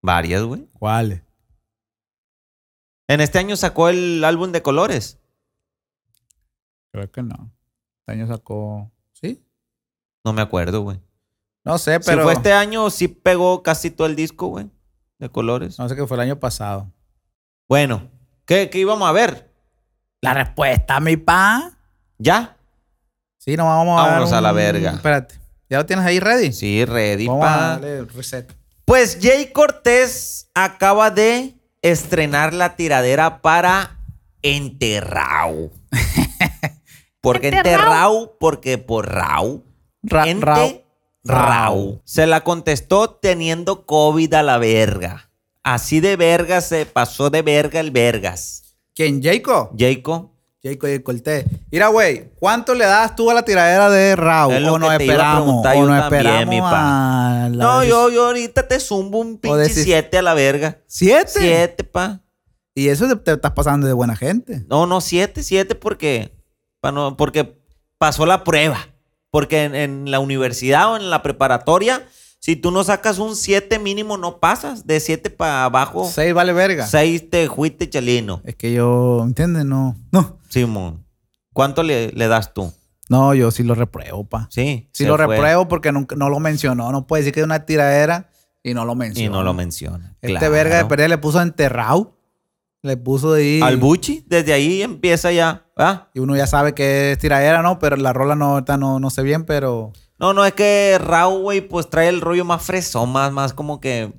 Speaker 1: Varias, güey.
Speaker 2: ¿Cuáles?
Speaker 1: En este año sacó el álbum de colores.
Speaker 2: Creo que no. Este año sacó. ¿Sí?
Speaker 1: No me acuerdo, güey.
Speaker 2: No sé, pero.
Speaker 1: Si fue este año, sí pegó casi todo el disco, güey. De colores.
Speaker 2: No sé qué fue el año pasado.
Speaker 1: Bueno, ¿qué, qué íbamos a ver?
Speaker 2: La respuesta, mi pa.
Speaker 1: ¿Ya?
Speaker 2: Sí, nos vamos a. dar
Speaker 1: Vámonos a la
Speaker 2: un-
Speaker 1: verga.
Speaker 2: Espérate. ¿Ya lo tienes ahí ready?
Speaker 1: Sí, ready,
Speaker 2: Vamos
Speaker 1: pa.
Speaker 2: a darle reset.
Speaker 1: Pues Jay Cortés acaba de estrenar la tiradera para Enterrao. Porque Enterrao, porque por Rau.
Speaker 2: Ra-
Speaker 1: Ente-
Speaker 2: Rao.
Speaker 1: Rau. Se la contestó teniendo COVID a la verga. Así de verga se pasó de verga el vergas.
Speaker 2: ¿Quién? ¿Jacob?
Speaker 1: Jayco,
Speaker 2: Jacob y Cortés. Mira, güey, ¿cuánto le das tú a la tiradera de Raúl?
Speaker 1: Es lo
Speaker 2: O nos
Speaker 1: que te iba a
Speaker 2: esperamos.
Speaker 1: preguntar
Speaker 2: O
Speaker 1: yo
Speaker 2: nos
Speaker 1: también,
Speaker 2: esperamos
Speaker 1: mi pa.
Speaker 2: a la
Speaker 1: No,
Speaker 2: vez-
Speaker 1: yo, yo ahorita te zumbo un pinche
Speaker 2: decís-
Speaker 1: siete a la verga.
Speaker 2: ¿Siete?
Speaker 1: Siete, pa.
Speaker 2: Y eso te, te estás pasando de buena gente.
Speaker 1: No, no, siete, siete porque, pa no- porque pasó la prueba. Porque en, en la universidad o en la preparatoria, si tú no sacas un siete mínimo, no pasas. De siete para abajo,
Speaker 2: Seis vale verga.
Speaker 1: seis te juiste chalino.
Speaker 2: Es que yo, ¿entiendes? No. No.
Speaker 1: Simón, ¿cuánto le, le das tú?
Speaker 2: No, yo sí lo repruebo, pa.
Speaker 1: Sí.
Speaker 2: Sí
Speaker 1: se
Speaker 2: lo
Speaker 1: fue
Speaker 2: repruebo porque nunca- no lo mencionó. No puede decir que es una tiradera y no lo
Speaker 1: Y
Speaker 2: mencionó.
Speaker 1: no lo menciona.
Speaker 2: Este
Speaker 1: claro.
Speaker 2: verga de perder le puso enterrado. Le puso ahí.
Speaker 1: Al Buchi, desde ahí empieza ya. ¿verdad?
Speaker 2: Y uno ya sabe que es tiradera, ¿no? Pero la rola no, ahorita no, no sé bien, pero.
Speaker 1: No, no, es que Raw, güey, pues trae el rollo más fresón, más, más como que.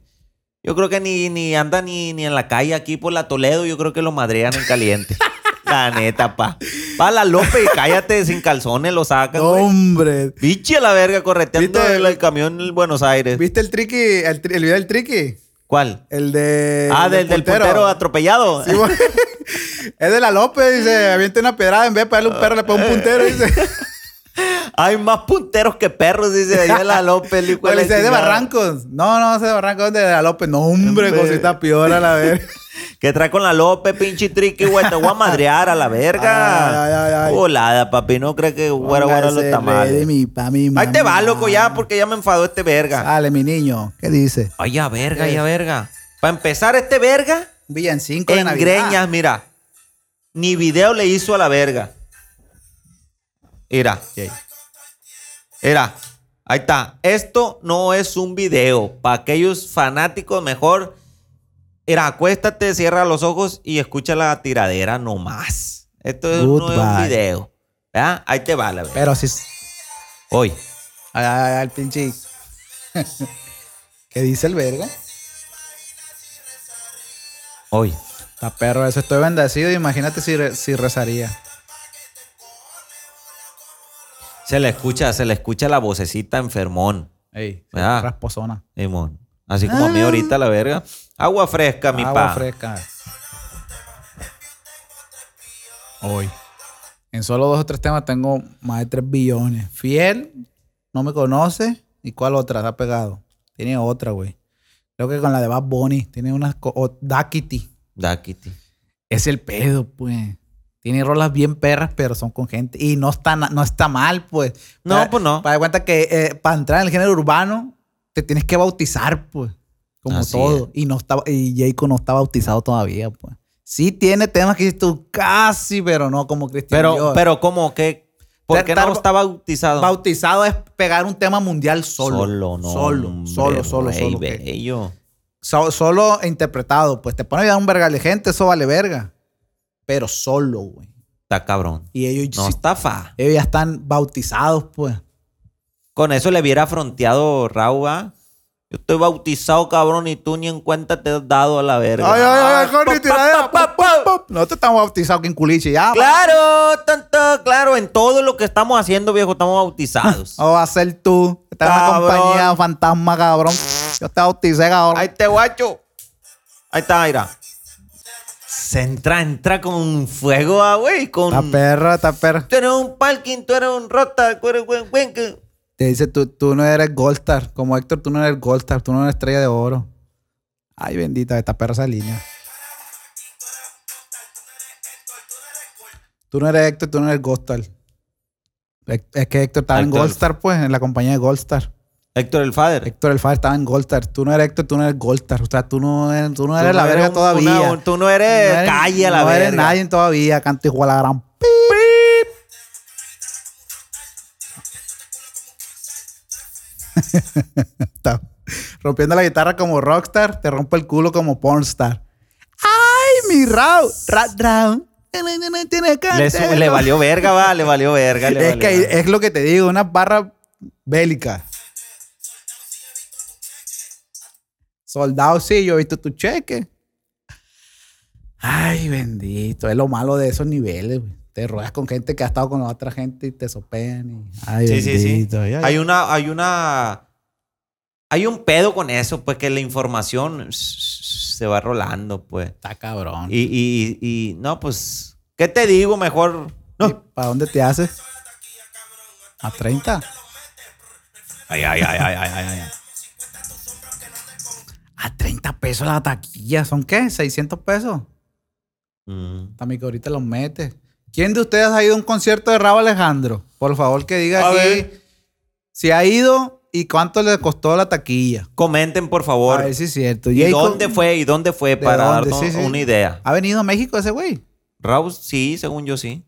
Speaker 1: Yo creo que ni, ni anda ni, ni en la calle aquí por la Toledo, yo creo que lo madrean en caliente. la neta, pa. Pa la López y cállate sin calzones, lo sacan, güey.
Speaker 2: ¡Hombre!
Speaker 1: Biche a la verga, correteando
Speaker 2: ¿Viste?
Speaker 1: el, el camión en Buenos Aires.
Speaker 2: ¿Viste el tricky, el, tri- el video del tricky?
Speaker 1: ¿Cuál?
Speaker 2: El de.
Speaker 1: ah,
Speaker 2: el
Speaker 1: del, del portero, atropellado.
Speaker 2: Sí, güey. es de la López, dice, avienta una pedrada, en vez de pegarle un perro, le
Speaker 1: Ah,
Speaker 2: pega un puntero,
Speaker 1: eh,
Speaker 2: dice.
Speaker 1: Hay más punteros que perros, dice ahí en la López. el hijo la
Speaker 2: Pues le dice, es de
Speaker 1: chingada.
Speaker 2: Barrancos. No, no, es de Barrancos, es de la López. No, hombre,
Speaker 1: Hombre.
Speaker 2: cosita peor a la verga.
Speaker 1: Que trae con la López, pinche triqui, güey. Te voy a madrear a la verga.
Speaker 2: Ay, ay, ay, ay.
Speaker 1: Volada, papi. No crees que güera, güera los
Speaker 2: Póngase ready,
Speaker 1: tamales.
Speaker 2: mi pa, mi
Speaker 1: Ahí te va,
Speaker 2: mamá.
Speaker 1: loco, ya, porque ya me enfadó este verga.
Speaker 2: Dale, mi niño, ¿qué dice?
Speaker 1: Ay, ya, verga,
Speaker 2: Eh.
Speaker 1: ya, verga. Para empezar, este verga,
Speaker 2: Un Villancico de
Speaker 1: en
Speaker 2: Navidad.
Speaker 1: greñas, mira. Ni video le hizo a la verga. Mira. Mira, ahí está. Esto no es un video. Para aquellos fanáticos, mejor. Mira, acuéstate, cierra los ojos y escucha la tiradera nomás. Esto es- no es un
Speaker 2: Goodbye.
Speaker 1: video. ¿Verdad? Ahí te va la verga.
Speaker 2: Pero sí.
Speaker 1: Hoy.
Speaker 2: Ay, ay, ay, el pinche. ¿Qué dice el verga?
Speaker 1: Hoy.
Speaker 2: Está perro, eso estoy bendecido. Imagínate si, re- si rezaría.
Speaker 1: Se le escucha, se le escucha la vocecita enfermón.
Speaker 2: Ey,
Speaker 1: Ah.
Speaker 2: rasposona.
Speaker 1: Simón. Así como a mí ahorita la verga. Agua fresca, mi
Speaker 2: Ah. Agua
Speaker 1: pa.
Speaker 2: fresca. Hoy. En solo dos o tres temas tengo más de tres billones. Fiel, no me conoce. ¿Y cuál otra? Está pegado. Tiene otra, güey. Creo que con la de Bad Bunny. Tiene unas... co- O Daquiti.
Speaker 1: Da, Kitty.
Speaker 2: Es el pedo, pues. Tiene rolas bien perras, pero son con gente. Y no está, na- no está mal, pues.
Speaker 1: No,
Speaker 2: Para-
Speaker 1: pues no.
Speaker 2: Para dar cuenta que eh, para entrar en el género urbano, te tienes que bautizar, pues. Como
Speaker 1: Así
Speaker 2: todo. Y no está, y Jayco no está bautizado todavía, pues. Sí tiene temas que dices tú casi, pero no como Cristian
Speaker 1: Pero,
Speaker 2: Dior.
Speaker 1: pero ¿cómo? ¿Qué? ¿Por
Speaker 2: Ya
Speaker 1: qué
Speaker 2: estar
Speaker 1: no está bautizado?
Speaker 2: bautizado es pegar un tema mundial solo.
Speaker 1: no.
Speaker 2: Solo,
Speaker 1: hombre,
Speaker 2: solo, solo,
Speaker 1: rey
Speaker 2: solo, que-
Speaker 1: bello.
Speaker 2: So- solo interpretado, pues te pone a ayudar un vergal de gente, eso vale verga. Pero solo, güey.
Speaker 1: Está cabrón.
Speaker 2: Y ellos
Speaker 1: No
Speaker 2: sí
Speaker 1: está fa.
Speaker 2: Ellos ya están bautizados, pues.
Speaker 1: Con eso le hubiera fronteado Raúl, ¿ah? Yo estoy bautizado, cabrón, y tú ni en cuenta te has dado a la verga.
Speaker 2: Ay, ay, ay, Jorge,
Speaker 1: pa,
Speaker 2: tiradera.
Speaker 1: pa, pa, pa.
Speaker 2: No te estamos bautizados que en culiche, ya.
Speaker 1: Claro, tanto, claro, en todo lo que estamos haciendo, viejo, estamos bautizados.
Speaker 2: O va a ser tú. Estás en una
Speaker 1: Cabrón.
Speaker 2: compañía fantasma, cabrón. Yo te bauticé, cabrón.
Speaker 1: Ahí te guacho. Ahí está, mira. Se entra, entra con fuego, ah, güey. Con...
Speaker 2: Esta perra, esta perra.
Speaker 1: Tú eres un Palkin, tú eres un Rota, tú eres un Wenke.
Speaker 2: Te dice, tú, tú no eres Goldstar. Como Héctor, tú no eres Goldstar. Tú no eres estrella de oro. Ay, bendita, esta perra esa línea. Tú no eres Héctor, tú no eres Goldstar. Es es que Héctor estaba en
Speaker 1: Héctor.
Speaker 2: Goldstar, pues, en la compañía de Goldstar.
Speaker 1: Héctor el Fader.
Speaker 2: Héctor el Fader estaba en Goldstar. Tú no eres Héctor, tú no eres Goldstar. O sea, tú no eres, tú no eres la
Speaker 1: no eres
Speaker 2: verga
Speaker 1: un-
Speaker 2: todavía.
Speaker 1: una- tú no eres calle a la
Speaker 2: no
Speaker 1: verga.
Speaker 2: eres nadie todavía. Canto igual a la gran p. Está rompiendo la guitarra como rockstar, te rompe el culo como pornstar. ¡Ay, mi Raúl! Ra Raúl. na, na, na, Tiene
Speaker 1: Le,
Speaker 2: cante,
Speaker 1: su- le
Speaker 2: ¿no?
Speaker 1: valió verga, va, le valió verga. le
Speaker 2: Es
Speaker 1: valió
Speaker 2: que ahí-
Speaker 1: verga.
Speaker 2: es lo que te digo, una barra bélica. Soldado, sí, yo he visto tu cheque. Ay, bendito. Es lo malo de esos niveles, güey. Te rodeas con gente que ha estado con la otra gente y te sopean. y- Ay,
Speaker 1: Sí, sí,
Speaker 2: bendito.
Speaker 1: sí.
Speaker 2: Ay, ay.
Speaker 1: Hay una, hay una. Hay un pedo con eso, pues que la información s- se va rolando, pues.
Speaker 2: Está cabrón.
Speaker 1: Y, y, y, y, no, pues. ¿Qué te digo? Mejor. No.
Speaker 2: ¿Para dónde te haces? ¿A 30?
Speaker 1: Ay, ay, ay, ay, ay, ay.
Speaker 2: A 30 pesos la taquilla. ¿Son qué? ¿600 pesos?
Speaker 1: Mm.
Speaker 2: También que ahorita los mete. ¿Quién de ustedes ha ido a un concierto de Rabo Alejandro? Por favor, que diga
Speaker 1: A
Speaker 2: aquí
Speaker 1: ver.
Speaker 2: si ha ido y cuánto le costó la taquilla.
Speaker 1: Comenten, por
Speaker 2: A
Speaker 1: favor.
Speaker 2: ver si es cierto.
Speaker 1: ¿Y
Speaker 2: Jacob,
Speaker 1: dónde fue? ¿Y dónde fue?
Speaker 2: ¿De
Speaker 1: Para
Speaker 2: dónde?
Speaker 1: darnos
Speaker 2: Sí, sí.
Speaker 1: una idea.
Speaker 2: ¿Ha venido a México ese güey?
Speaker 1: Raúl, sí, según yo sí.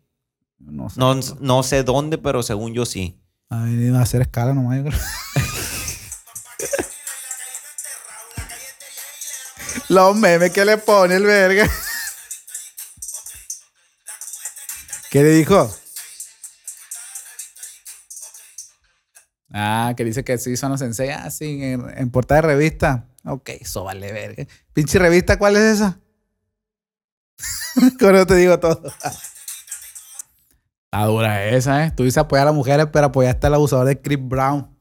Speaker 2: No sé.
Speaker 1: No, no sé dónde, pero según yo sí.
Speaker 2: Ha venido a hacer escala nomás. yo creo. Los memes que le pone el verga. ¿Qué le dijo? Ah, que dice que sí son los sensei. Ah, sí, en, en portada de revista. Ok, eso vale verga. Pinche revista, ¿cuál es esa? Con eso te digo todo. Está dura esa, ¿eh? Tú dices apoyar a las mujeres, pero apoyaste al abusador de Chris Brown.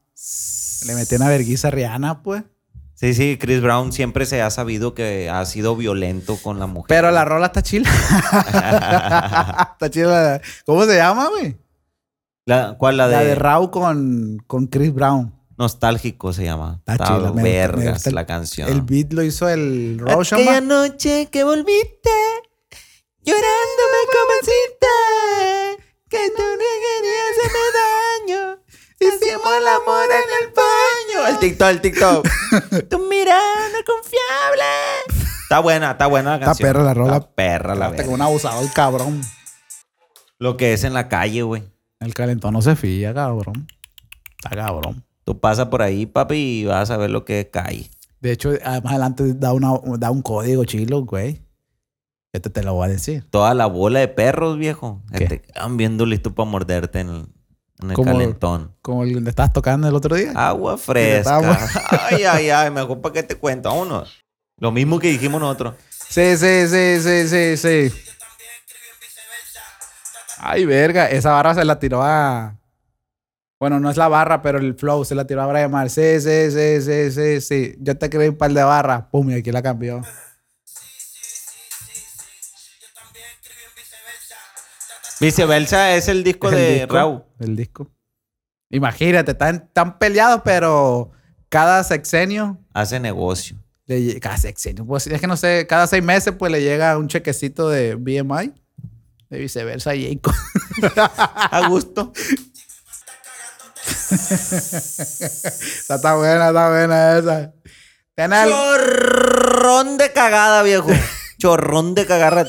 Speaker 2: Le metí una verguiza a Rihanna, pues.
Speaker 1: Sí, sí, Chris Brown siempre se ha sabido que ha sido violento con la mujer.
Speaker 2: Pero la rola está chila. está chila. ¿Cómo se llama, güey?
Speaker 1: La- ¿Cuál? La de,
Speaker 2: La de Raúl con, con Chris Brown.
Speaker 1: Nostálgico se llama.
Speaker 2: Está
Speaker 1: Está
Speaker 2: chila, Ah, me gusta- me
Speaker 1: vergas
Speaker 2: gusta el-
Speaker 1: la canción.
Speaker 2: El beat lo hizo el Roshan.
Speaker 1: Aquella
Speaker 2: ma.
Speaker 1: noche que volviste, llorando me convenciste, que tú no querías hacerme daño. Hicimos el amor en el baño. El TikTok, el TikTok. tu mirada no es confiable. Está buena, está buena la
Speaker 2: Está
Speaker 1: canción.
Speaker 2: perra la rola.
Speaker 1: Está perra la
Speaker 2: Hasta
Speaker 1: verga.
Speaker 2: con un abusador, cabrón.
Speaker 1: Lo que es en la calle, güey.
Speaker 2: El calentón no se fía, cabrón. Está cabrón.
Speaker 1: Tú pasas por ahí, papi, y vas a ver lo que es calle.
Speaker 2: De hecho, ah, más adelante da, una, da un código chilo, güey. Este te lo voy a decir.
Speaker 1: Toda la bola de perros, viejo. Este,
Speaker 2: ¿Qué?
Speaker 1: Te quedan viendo listo para morderte en el, en el
Speaker 2: Como-
Speaker 1: calentón.
Speaker 2: Como el que estabas tocando el otro día.
Speaker 1: Agua
Speaker 2: estaba-
Speaker 1: fresca. ay, ay, ay. Mejor para que te cuento. Vámonos. Lo mismo que dijimos nosotros.
Speaker 2: Sí, sí, sí, sí, sí, sí. Ay, verga, esa barra se la tiró a. Bueno, no es la barra, pero el flow se la tiró a Brian Mar. Sí, sí, sí, sí, sí, sí. Yo te creí un par de barras. Pum, y aquí la cambió.
Speaker 1: Viceversa es el disco
Speaker 2: Es el
Speaker 1: de
Speaker 2: disco,
Speaker 1: Raúl.
Speaker 2: El disco. Imagínate, están, están peleados, pero cada sexenio.
Speaker 1: Hace negocio.
Speaker 2: le lle- cada sexenio, pues, es que no sé, cada seis meses pues le llega un chequecito de BMI. De viceversa, Jacob.
Speaker 1: A gusto.
Speaker 2: Está, está buena, está buena esa. Ten al-
Speaker 1: Chorrón de cagada, viejo. Chorrón de cagada.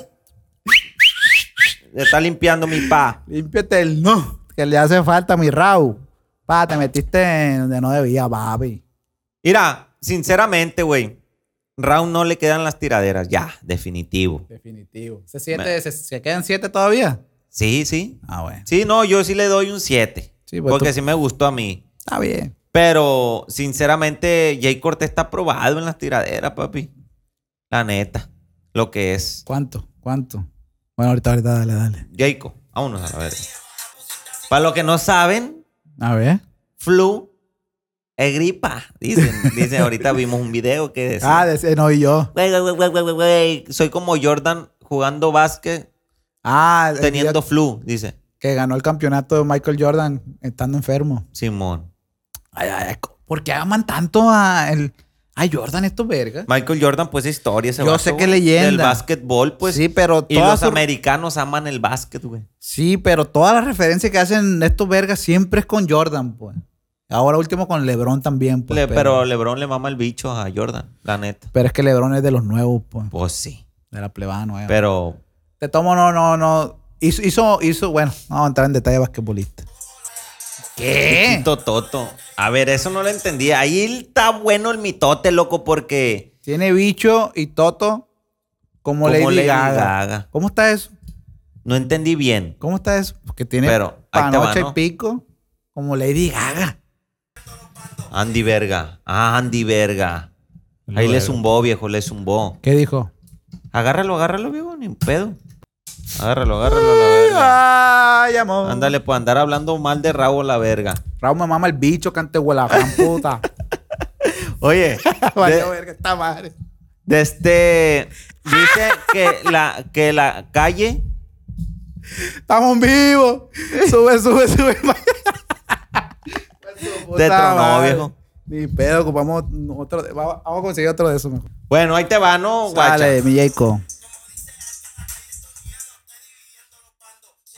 Speaker 1: Le está limpiando mi pa.
Speaker 2: Límpiate el no, que le hace falta a mi Raúl. Pa, te metiste en donde no debía, papi.
Speaker 1: Mira, sinceramente, güey. Raúl no le quedan las tiraderas. Ya, definitivo.
Speaker 2: Definitivo. ¿Se,
Speaker 1: Me-
Speaker 2: se, se quedan siete todavía?
Speaker 1: Sí, sí.
Speaker 2: Ah, bueno.
Speaker 1: Sí, no, yo sí le doy un 7.
Speaker 2: Sí, pues
Speaker 1: porque
Speaker 2: tú-
Speaker 1: sí me gustó a mí.
Speaker 2: Está bien.
Speaker 1: Pero, sinceramente, Jay Cortés está probado en las tiraderas, papi. La neta. Lo que es.
Speaker 2: ¿Cuánto? ¿Cuánto? Bueno, ahorita, ahorita, dale, dale.
Speaker 1: Jayco, vámonos a la verga. Para los que no saben,
Speaker 2: A ver.
Speaker 1: flu es gripa. Dicen, dicen, ahorita vimos un video que decía.
Speaker 2: Ah, de ese no y yo.
Speaker 1: "Güey, güey, güey, güey, güey, güey, güey, Soy como Jordan jugando básquet
Speaker 2: Ah, el
Speaker 1: teniendo
Speaker 2: día
Speaker 1: flu, dice
Speaker 2: que ganó el campeonato de Michael Jordan estando enfermo.
Speaker 1: Simón.
Speaker 2: Ay, ay, co- ¿Por qué aman tanto a, el, a Jordan estos vergas?
Speaker 1: Michael Jordan, pues historia ese
Speaker 2: Yo
Speaker 1: vato,
Speaker 2: sé que
Speaker 1: güey,
Speaker 2: leyenda.
Speaker 1: Del básquetbol, pues.
Speaker 2: sí, pero
Speaker 1: y los
Speaker 2: todas sus-
Speaker 1: americanos aman el básquet, güey.
Speaker 2: Sí, pero todas las referencias que hacen estos vergas siempre es con Jordan, pues. Ahora último con LeBron también, pues.
Speaker 1: Le-
Speaker 2: pero,
Speaker 1: pero LeBron le mama el bicho a Jordan, la neta.
Speaker 2: pero es que LeBron es de los nuevos, pues.
Speaker 1: Pues sí.
Speaker 2: De la plebana, eh.
Speaker 1: Pero
Speaker 2: Te tomo, no, no, no. Hizo, hizo, hizo- bueno, no vamos a entrar en detalle basquetbolista. ¿Qué?
Speaker 1: Tito Toto. A ver, eso no lo entendí. Ahí está bueno el mitote, loco, porque.
Speaker 2: Tiene bicho y Toto como,
Speaker 1: Como
Speaker 2: Lady,
Speaker 1: Lady
Speaker 2: Gaga.
Speaker 1: Gaga.
Speaker 2: ¿Cómo está eso?
Speaker 1: No entendí bien.
Speaker 2: ¿Cómo está eso? Porque tiene
Speaker 1: Pero, ahí te va,
Speaker 2: panocha
Speaker 1: ¿no?
Speaker 2: y pico como Lady Gaga.
Speaker 1: Andy Verga. Ah, Andy Verga. Ahí le
Speaker 2: Verga.
Speaker 1: zumbó, viejo, le zumbó.
Speaker 2: ¿Qué dijo?
Speaker 1: Agárralo, agárralo, viejo, ni un pedo. Agárralo, agárralo, la verga.
Speaker 2: Ay, amor.
Speaker 1: Ándale, pues andar hablando mal de rabo la verga.
Speaker 2: Raúl me mama el bicho, cante huela, gran puta.
Speaker 1: Oye,
Speaker 2: Vaya
Speaker 1: de,
Speaker 2: verga, esta madre.
Speaker 1: de este. Dice que la, que la calle.
Speaker 2: Estamos vivos. Sube, sube, sube. Puta
Speaker 1: Te tronó,
Speaker 2: madre.
Speaker 1: viejo.
Speaker 2: Ni pedo, ocupamos otro. de- Vamos vamos a conseguir otro de esos mejor.
Speaker 1: Bueno, ahí te va, ¿no, guacha?
Speaker 2: Dale, mi Jacob.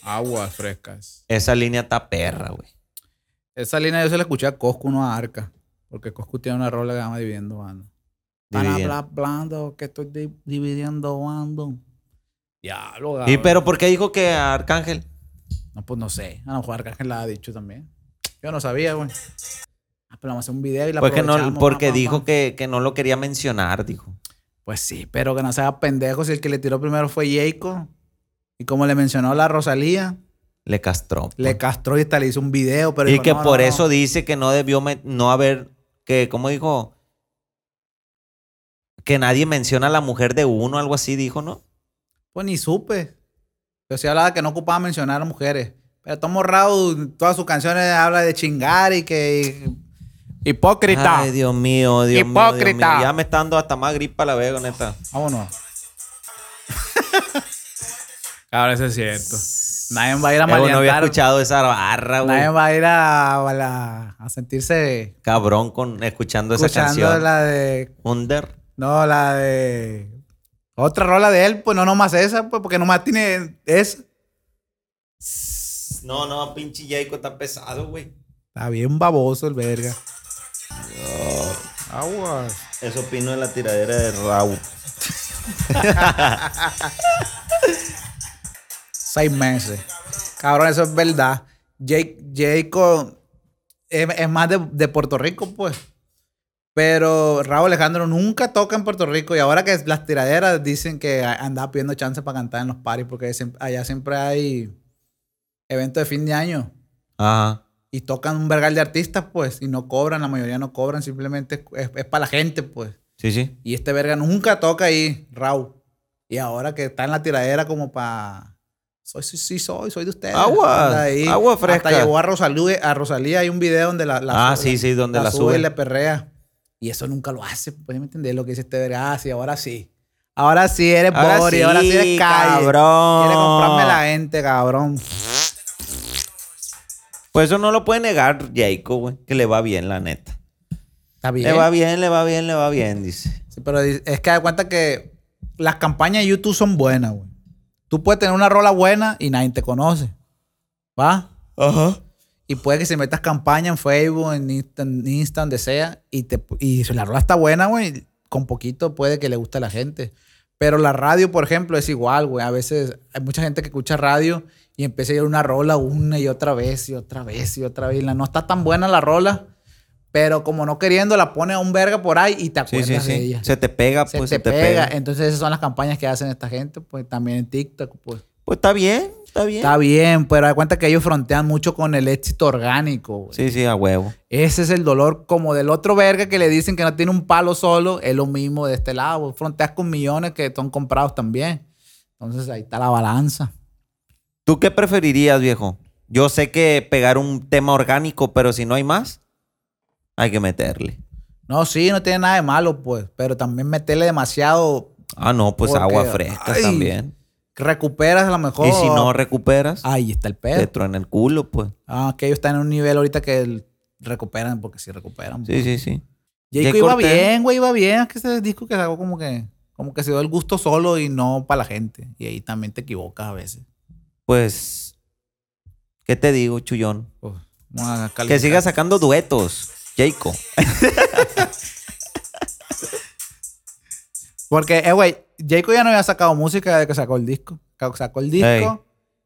Speaker 2: Aguas frescas.
Speaker 1: Esa línea está perra, güey.
Speaker 2: Esa línea yo se la escuché a Coscu, no a Arca. Porque Coscu tiene una rola que se llama Dividiendo Bando. Para
Speaker 1: Dividiendo.
Speaker 2: hablar blando, que estoy di- dividiendo bando. Diablo,
Speaker 1: ¿Y
Speaker 2: cabrón.
Speaker 1: pero por qué dijo que a Arcángel?
Speaker 2: No, pues no sé. A lo mejor Arcángel la ha dicho también. Yo no sabía, güey. Ah, pero vamos a hacer un video y la
Speaker 1: Pues que no,
Speaker 2: aprovechamos,
Speaker 1: porque
Speaker 2: pa, pa,
Speaker 1: dijo
Speaker 2: pa.
Speaker 1: que, que no lo quería mencionar, dijo.
Speaker 2: Pues sí, pero que no sea pendejo si el que le tiró primero fue Jacob. Y como le mencionó la Rosalía,
Speaker 1: Le castró. pues.
Speaker 2: le castró y hasta le hizo un video. Pero
Speaker 1: y
Speaker 2: dijo,
Speaker 1: que
Speaker 2: no,
Speaker 1: por
Speaker 2: no, no.
Speaker 1: eso dice que no debió men- no haber, que como dijo, que nadie menciona a la mujer de uno, algo así dijo, ¿no?
Speaker 2: Pues ni supe. Yo sí hablaba que no ocupaba mencionar a mujeres. Pero Tomo Raúl, todas sus canciones habla de chingar y que. Hipócrita.
Speaker 1: Ay, Dios mío, Dios mío, Dios mío.
Speaker 2: Hipócrita.
Speaker 1: Ya me está dando hasta más gripa la vega, neta.
Speaker 2: Vámonos.
Speaker 3: Ahora eso es cierto.
Speaker 2: Nadie va a ir a
Speaker 1: Eh, güey, no había
Speaker 2: maleantar.
Speaker 1: escuchado esa barra, güey.
Speaker 2: Nadie va a ir a, a la- a sentirse
Speaker 1: Cabrón con escuchando esa
Speaker 2: escuchando
Speaker 1: canción.
Speaker 2: la de.
Speaker 1: Under.
Speaker 2: No, la de. Otra rola de él, pues no nomás esa, pues porque nomás tiene esa.
Speaker 1: No, no, pinche Jayco está pesado, güey.
Speaker 2: Está bien baboso el verga. Agua.
Speaker 1: Eso opino en la tiradera de Raúl.
Speaker 2: Seis meses. Cabrón, eso es verdad. Jake, Jacob es, es más de, de Puerto Rico, pues. Pero Raúl Alejandro nunca toca en Puerto Rico y ahora que las tiraderas dicen que a- andaba pidiendo chance para cantar en los paris porque siem- allá siempre hay eventos de fin de año
Speaker 1: Ajá.
Speaker 2: y tocan un vergal de artistas, pues, y no cobran, la mayoría no cobran, simplemente es, es para la gente, pues.
Speaker 1: Sí, sí.
Speaker 2: Y este verga nunca toca ahí, Raúl. Y ahora que está en la tiradera como para... Soy, sí, sí, soy, soy de ustedes.
Speaker 1: Agua,
Speaker 2: Anda
Speaker 1: agua fresca.
Speaker 2: Hasta llevó a Rosalía, a Rosalía hay un video donde la... la
Speaker 1: Ah, sí, sí, donde la
Speaker 2: sube y
Speaker 1: sube.
Speaker 2: le perrea. Y eso nunca lo hace, pues, ¿me entendés lo que dice este verga? Ah, sí, ahora sí. Ahora sí eres ahora
Speaker 1: Ahora sí,
Speaker 2: ahora sí eres calle.
Speaker 1: cabrón.
Speaker 2: Quiere comprarme la gente, cabrón.
Speaker 1: Pues eso no lo puede negar Jayco, güey. Que le va bien, la neta.
Speaker 2: Está bien.
Speaker 1: Le va bien, le va bien, le va bien, dice.
Speaker 2: Sí, pero di- es que da cuenta que las campañas de YouTube son buenas, güey. Tú puedes tener una rola buena y nadie te conoce. ¿Va?
Speaker 1: Ajá.
Speaker 2: Y puede que se metas campaña en Facebook, en Insta, en Insta, donde sea, y, te, y si la rola está buena, güey, con poquito puede que le guste a la gente. Pero la radio, por ejemplo, es igual, güey. A veces hay mucha gente que escucha radio y empieza a ir una rola una y otra vez y otra vez y otra vez. Y la- no está tan buena la rola, pero como no queriendo, la pone a un verga por ahí y te
Speaker 1: Sí,
Speaker 2: acuerdas
Speaker 1: sí,
Speaker 2: de
Speaker 1: sí.
Speaker 2: ella
Speaker 1: Se te pega,
Speaker 2: se,
Speaker 1: pues
Speaker 2: te, pega. Entonces esas son las campañas que hacen esta gente, pues también en TikTok, pues.
Speaker 1: Pues está bien, está, está bien.
Speaker 2: Está bien, pero da cuenta que ellos frontean mucho con el éxito orgánico, güey.
Speaker 1: Sí, sí, a huevo.
Speaker 2: Ese es el dolor como del otro verga que le dicen que no tiene un palo solo. Es lo mismo de este lado. güey. Fronteas con millones que son comprados también. Entonces ahí está la balanza.
Speaker 1: ¿Tú qué preferirías, viejo? Yo sé que pegar un tema orgánico, pero si no hay más, hay que meterle.
Speaker 2: No, sí, no tiene nada de malo, pues. Pero también meterle demasiado.
Speaker 1: Ah, no, pues
Speaker 2: Porque,
Speaker 1: agua fresca
Speaker 2: ay,
Speaker 1: también.
Speaker 2: Recuperas a lo mejor.
Speaker 1: Y si no recuperas,
Speaker 2: Ahí está el
Speaker 1: te
Speaker 2: pedo.
Speaker 1: truena el culo, pues.
Speaker 2: Ah, que ellos están en un nivel ahorita que el- recuperan porque sí recuperan.
Speaker 1: Sí, sí, sí.
Speaker 2: Jayco
Speaker 1: Jay
Speaker 2: iba
Speaker 1: Cortez.
Speaker 2: bien, güey, iba bien. Es que ese disco que sacó como que, como que se dio el gusto solo y no para la gente. Y ahí también te equivocas a veces.
Speaker 1: Pues, ¿qué te digo, chullón?
Speaker 2: Uf, vamos a
Speaker 1: Que
Speaker 2: calentar.
Speaker 1: siga sacando duetos, Jaco.
Speaker 2: Porque, eh, güey, Jayco ya no había sacado música desde que sacó el disco. Ca- Sacó el disco,
Speaker 1: Ey,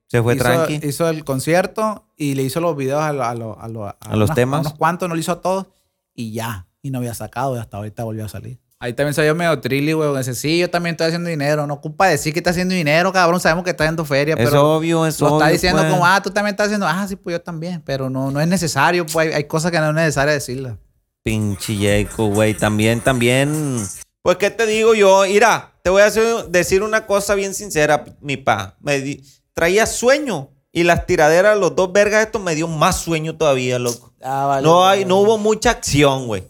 Speaker 1: Se fue
Speaker 2: hizo,
Speaker 1: tranqui.
Speaker 2: hizo el concierto y le hizo los videos a, lo- a, lo- a, lo- a
Speaker 1: los temas.
Speaker 2: unos cuantos, no lo hizo a todos y ya. Y no había sacado y hasta ahorita volvió a salir. Ahí también salió medio trilly, güey. Dice, sí, yo también estoy haciendo dinero. No ocupa decir que está haciendo dinero, cabrón. Sabemos que está haciendo feria,
Speaker 1: Es
Speaker 2: pero...
Speaker 1: obvio, es
Speaker 2: Lo
Speaker 1: obvio.
Speaker 2: está diciendo
Speaker 1: pues.
Speaker 2: como, ah, tú también estás haciendo, ah, sí, pues yo también, pero no, no es necesario, pues hay, hay cosas que no es necesario decirlas.
Speaker 1: Pinche Jaco, güey. También, también. Pues, ¿qué te digo yo? Mira, te voy a hacer- decir una cosa bien sincera, mi pa. Me di- traía sueño y las tiraderas, los dos vergas, esto me dio más sueño todavía, loco.
Speaker 2: Ah, vale.
Speaker 1: No, hay, no hubo mucha acción, güey.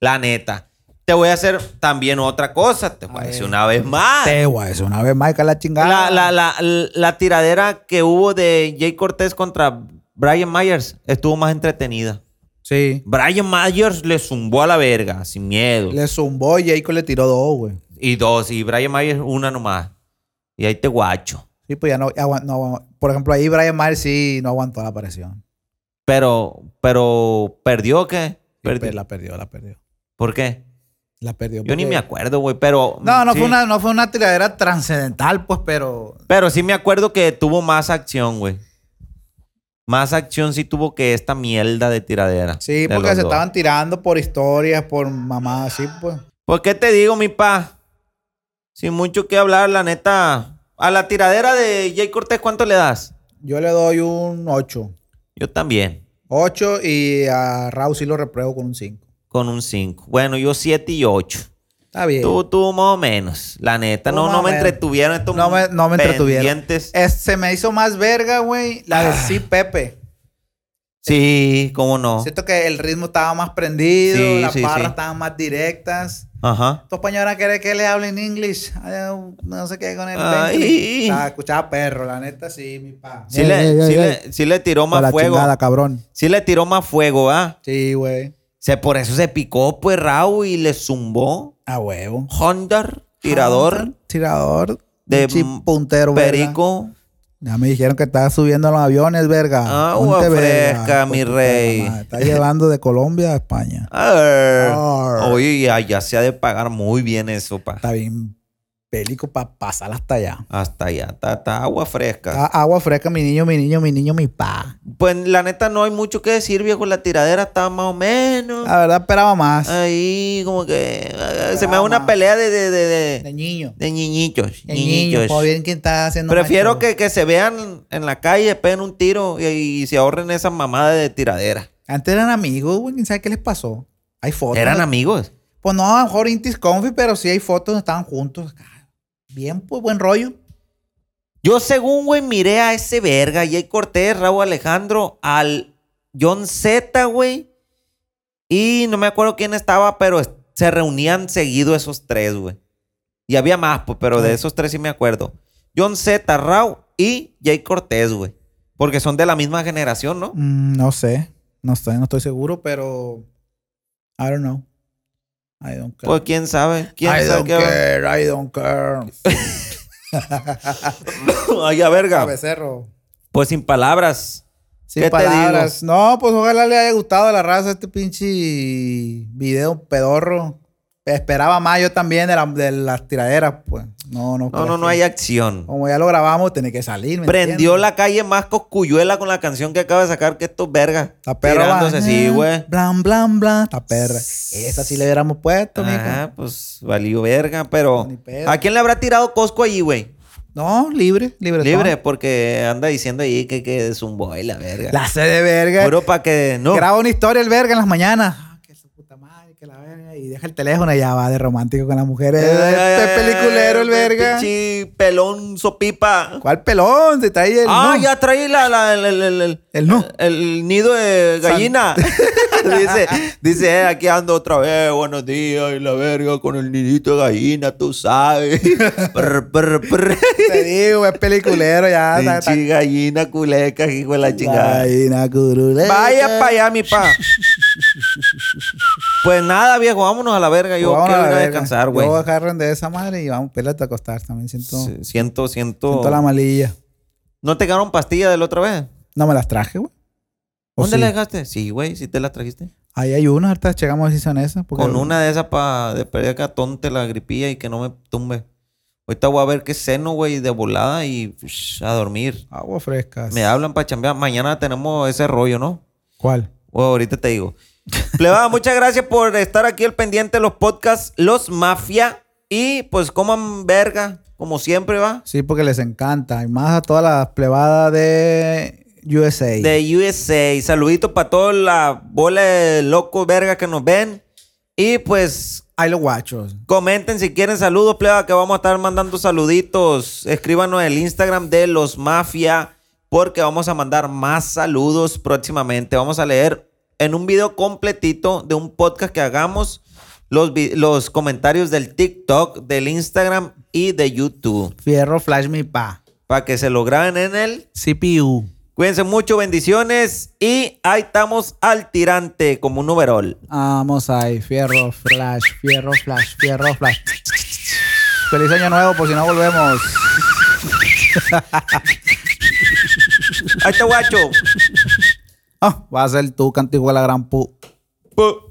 Speaker 1: La neta. Te voy a hacer también otra cosa. Te voy a, decir una vez más.
Speaker 2: Te voy a decir una vez más, que la chingada.
Speaker 1: La, la, la, la tiradera que hubo de Jay Cortés contra Brian Myers estuvo más entretenida.
Speaker 2: Sí.
Speaker 1: Brian Myers le zumbó a la verga, sin miedo.
Speaker 2: Le zumbó y Jacob le tiró dos, güey.
Speaker 1: Y dos, y Brian Myers una nomás. Y ahí te guacho.
Speaker 2: Sí, pues ya no, agua- no agua- Por ejemplo, ahí Brian Mayer sí no aguantó la presión.
Speaker 1: Pero, pero, ¿perdió o qué?
Speaker 2: Sí,
Speaker 1: Perdió.
Speaker 2: pues, La perdió, la perdió.
Speaker 1: ¿Por qué?
Speaker 2: La perdió.
Speaker 1: Yo ni
Speaker 2: porque-
Speaker 1: me acuerdo, güey, pero...
Speaker 2: No, no,
Speaker 1: sí.
Speaker 2: fue una, no fue una tiradera trascendental, pues, pero.
Speaker 1: Pero sí me acuerdo que tuvo más acción, güey. Más acción sí tuvo que esta mierda de tiradera.
Speaker 2: Sí,
Speaker 1: de
Speaker 2: porque
Speaker 1: los
Speaker 2: se
Speaker 1: dos.
Speaker 2: estaban tirando por historias, por mamadas, sí, pues.
Speaker 1: Pues, ¿qué te digo, mi pa? Sin mucho que hablar, la neta. A la tiradera de Jay Cortés, ¿cuánto le das?
Speaker 2: Yo le doy un 8.
Speaker 1: Yo también,
Speaker 2: 8 y a Raúl sí lo repruebo con un 5.
Speaker 1: con un 5. Bueno, yo 7 y 8.
Speaker 2: Está bien.
Speaker 1: Tú, tú, más o menos. La neta,
Speaker 2: Eh, Tú
Speaker 1: no,
Speaker 2: más
Speaker 1: no
Speaker 2: o
Speaker 1: me
Speaker 2: menos.
Speaker 1: entretuvieron estos
Speaker 2: No me, no me entretuvieron.
Speaker 1: pendientes.
Speaker 2: Es- se me hizo más verga, güey, la de Sí Pepe.
Speaker 1: Sí, cómo Ah. no.
Speaker 2: Siento que el ritmo estaba más prendido,
Speaker 1: Sí,
Speaker 2: las
Speaker 1: sí,
Speaker 2: barras
Speaker 1: sí.
Speaker 2: estaban más directas.
Speaker 1: Ajá.
Speaker 2: Tu española quiere que le hable en inglés. Ay, No sé qué con el
Speaker 1: Ay.
Speaker 2: Bentley. Ah, escuchaba perro, la neta sí, mi pa.
Speaker 1: Sí,
Speaker 2: Eh,
Speaker 1: le,
Speaker 2: eh,
Speaker 1: sí
Speaker 2: eh, eh.
Speaker 1: le- sí le tiró
Speaker 2: Pa'
Speaker 1: más fuego.
Speaker 2: cabrón.
Speaker 1: Sí le tiró más fuego, ¿ah?
Speaker 2: Sí, güey.
Speaker 1: Se, por eso se picó, pues, Raúl y le zumbó.
Speaker 2: A huevo.
Speaker 1: Honda, tirador,
Speaker 2: Tirador.
Speaker 1: De
Speaker 2: Pinche
Speaker 1: m-
Speaker 2: puntero, verga.
Speaker 1: perico.
Speaker 2: Ya me dijeron que estaba subiendo a los aviones, verga.
Speaker 1: Agua
Speaker 2: Ponte
Speaker 1: fresca,
Speaker 2: verga,
Speaker 1: mi
Speaker 2: por tu
Speaker 1: rey.
Speaker 2: puta madre. Está llevando de Colombia a España.
Speaker 1: Arr.
Speaker 2: Arr.
Speaker 1: Oye, ya, ya se ha de pagar muy bien eso, pa.
Speaker 2: Está bien bélico para pasar hasta allá.
Speaker 1: Hasta allá, está, está agua fresca.
Speaker 2: A- agua fresca, mi niño, mi niño, mi niño, mi pa.
Speaker 1: Pues la neta no hay mucho que decir, viejo. La tiradera está más o menos.
Speaker 2: La verdad esperaba más.
Speaker 1: Ahí, como que. ah, se me da
Speaker 2: Drama.
Speaker 1: una pelea de, de, de,
Speaker 2: De
Speaker 1: de,
Speaker 2: niño.
Speaker 1: de ñiñitos.
Speaker 2: De niño.
Speaker 1: ñiñitos.
Speaker 2: Como bien quién está haciendo.
Speaker 1: Prefiero
Speaker 2: macho.
Speaker 1: que, que se vean en la calle, peguen un tiro y, y se ahorren esa mamada de tiradera.
Speaker 2: Antes eran amigos, güey. ¿Quién sabe qué les pasó? Hay fotos.
Speaker 1: Eran
Speaker 2: donde-
Speaker 1: amigos.
Speaker 2: Pues no, a lo mejor Intis Confi, pero sí hay fotos donde estaban juntos. Bien, pues, buen rollo.
Speaker 1: Yo según, güey, miré a ese verga, Jay Cortés, Raúl Alejandro, al John Z, güey. Y no me acuerdo quién estaba, pero es- se reunían seguido esos tres, güey. Y había más, pues, pero de
Speaker 2: Sí.
Speaker 1: esos tres sí me acuerdo. John Z, Raúl y Jay Cortés, güey. Porque son de la misma generación, ¿no?
Speaker 2: Mm, no sé. No estoy, no estoy seguro, pero. I don't know. I don't care.
Speaker 1: Pues quién sabe, quién
Speaker 2: I
Speaker 1: sabe
Speaker 2: don't
Speaker 1: qué va-
Speaker 2: care, I don't care.
Speaker 1: Ay, a verga.
Speaker 2: Becerro.
Speaker 1: Pues sin palabras.
Speaker 2: Sin
Speaker 1: ¿Qué te
Speaker 2: palabras. No, pues ojalá le haya gustado a la raza este pinche video pedorro. Esperaba más yo también de, la- de las tiraderas, pues. No,
Speaker 1: No, no,
Speaker 2: no. creo
Speaker 1: no
Speaker 2: que-
Speaker 1: hay acción.
Speaker 2: Como ya lo grabamos, tiene que salir. ¿me
Speaker 1: Prendió
Speaker 2: entiendes?
Speaker 1: la calle más coscuyuela con la canción que acaba de sacar que estos vergas.
Speaker 2: La perra.
Speaker 1: Tirándose
Speaker 2: va,
Speaker 1: sí,
Speaker 2: eh,
Speaker 1: güey.
Speaker 2: Blan, blan, blan. La perra. Esa sí le hubiéramos puesto, mijo.
Speaker 1: Ah, pues valió verga, pero
Speaker 2: Ni pedo.
Speaker 1: ¿a quién le habrá tirado Cosco allí, güey?
Speaker 2: No, libre, libre.
Speaker 1: Libre, porque anda diciendo ahí que, que es un boy, la verga.
Speaker 2: La sé de verga.
Speaker 1: Puro pa' que no.
Speaker 2: Graba una historia el verga en las mañanas. Ah, que su puta madre, que la verga. Y deja el teléfono y ya va de romántico con las mujeres.
Speaker 1: Eh,
Speaker 2: este peliculero el verga.
Speaker 1: Pinche pelón sopipa.
Speaker 2: ¿Cuál pelón? Se trae el.
Speaker 1: ah,
Speaker 2: no.
Speaker 1: ya traí la, la- el, el, el, el-
Speaker 2: El no.
Speaker 1: el nido de
Speaker 2: San-
Speaker 1: gallina. dice, dice "Eh, aquí ando otra vez, buenos días, y la verga con el nidito de gallina, tú sabes. Prr, prr, prr.
Speaker 2: Te digo, es peliculero ya. está- está-
Speaker 1: Pinche gallina culeca, hijo de la chingada.
Speaker 2: Gallina curulera.
Speaker 1: Vaya para allá, mi pa. Pues nada, viejo, vámonos a la verga. Yo
Speaker 2: Vamos a
Speaker 1: quiero
Speaker 2: la
Speaker 1: ir a
Speaker 2: verga.
Speaker 1: descansar, güey.
Speaker 2: Yo voy a agarrar de esa madre y vamos, pélate a acostar también. Siento,
Speaker 1: Sí, Siento, siento.
Speaker 2: siento la malilla.
Speaker 1: ¿No te quedaron pastillas de la otra vez?
Speaker 2: No me las traje, güey. ¿O
Speaker 1: ¿Dónde
Speaker 2: Oh, sí?
Speaker 1: las dejaste? Sí, güey, sí te las trajiste.
Speaker 2: Ahí hay una, ahorita checamos si son esas. porque-
Speaker 1: Con una de esas para de perder acá tonte la gripilla y que no me tumbe. Ahorita voy a ver qué seno, güey, de volada y psh, a dormir.
Speaker 2: Agua fresca.
Speaker 1: Me hablan para chambear. Mañana tenemos ese rollo, ¿no?
Speaker 2: ¿Cuál?
Speaker 1: O ahorita te digo. Plebada, muchas gracias por estar aquí al pendiente de los podcasts Los Mafia. Y pues coman verga, como siempre, ¿va?
Speaker 2: Sí, porque les encanta. Y más a todas las plebadas de USA.
Speaker 1: De USA. Saludito para toda la bola de locos verga que nos ven. Y pues
Speaker 2: Ahí los guachos.
Speaker 1: Comenten si quieren saludos, pleba, que vamos a estar mandando saluditos. Escríbanos el Instagram de los Mafia, porque vamos a mandar más saludos próximamente. Vamos a leer en un video completito de un podcast que hagamos los, vi- los comentarios del TikTok, del Instagram y de YouTube.
Speaker 2: Fierro Flash Mi Pa.
Speaker 1: Para que se lo graben en él.
Speaker 2: CPU.
Speaker 1: Cuídense mucho, bendiciones. Y ahí estamos al tirante como un overall.
Speaker 2: Vamos ahí. Fierro Flash, Fierro Flash, Fierro Flash. Feliz año nuevo por si no volvemos.
Speaker 1: Ahí está, guacho.
Speaker 2: Ah, va a ser tú, cantigo de la gran pu.
Speaker 1: Pu.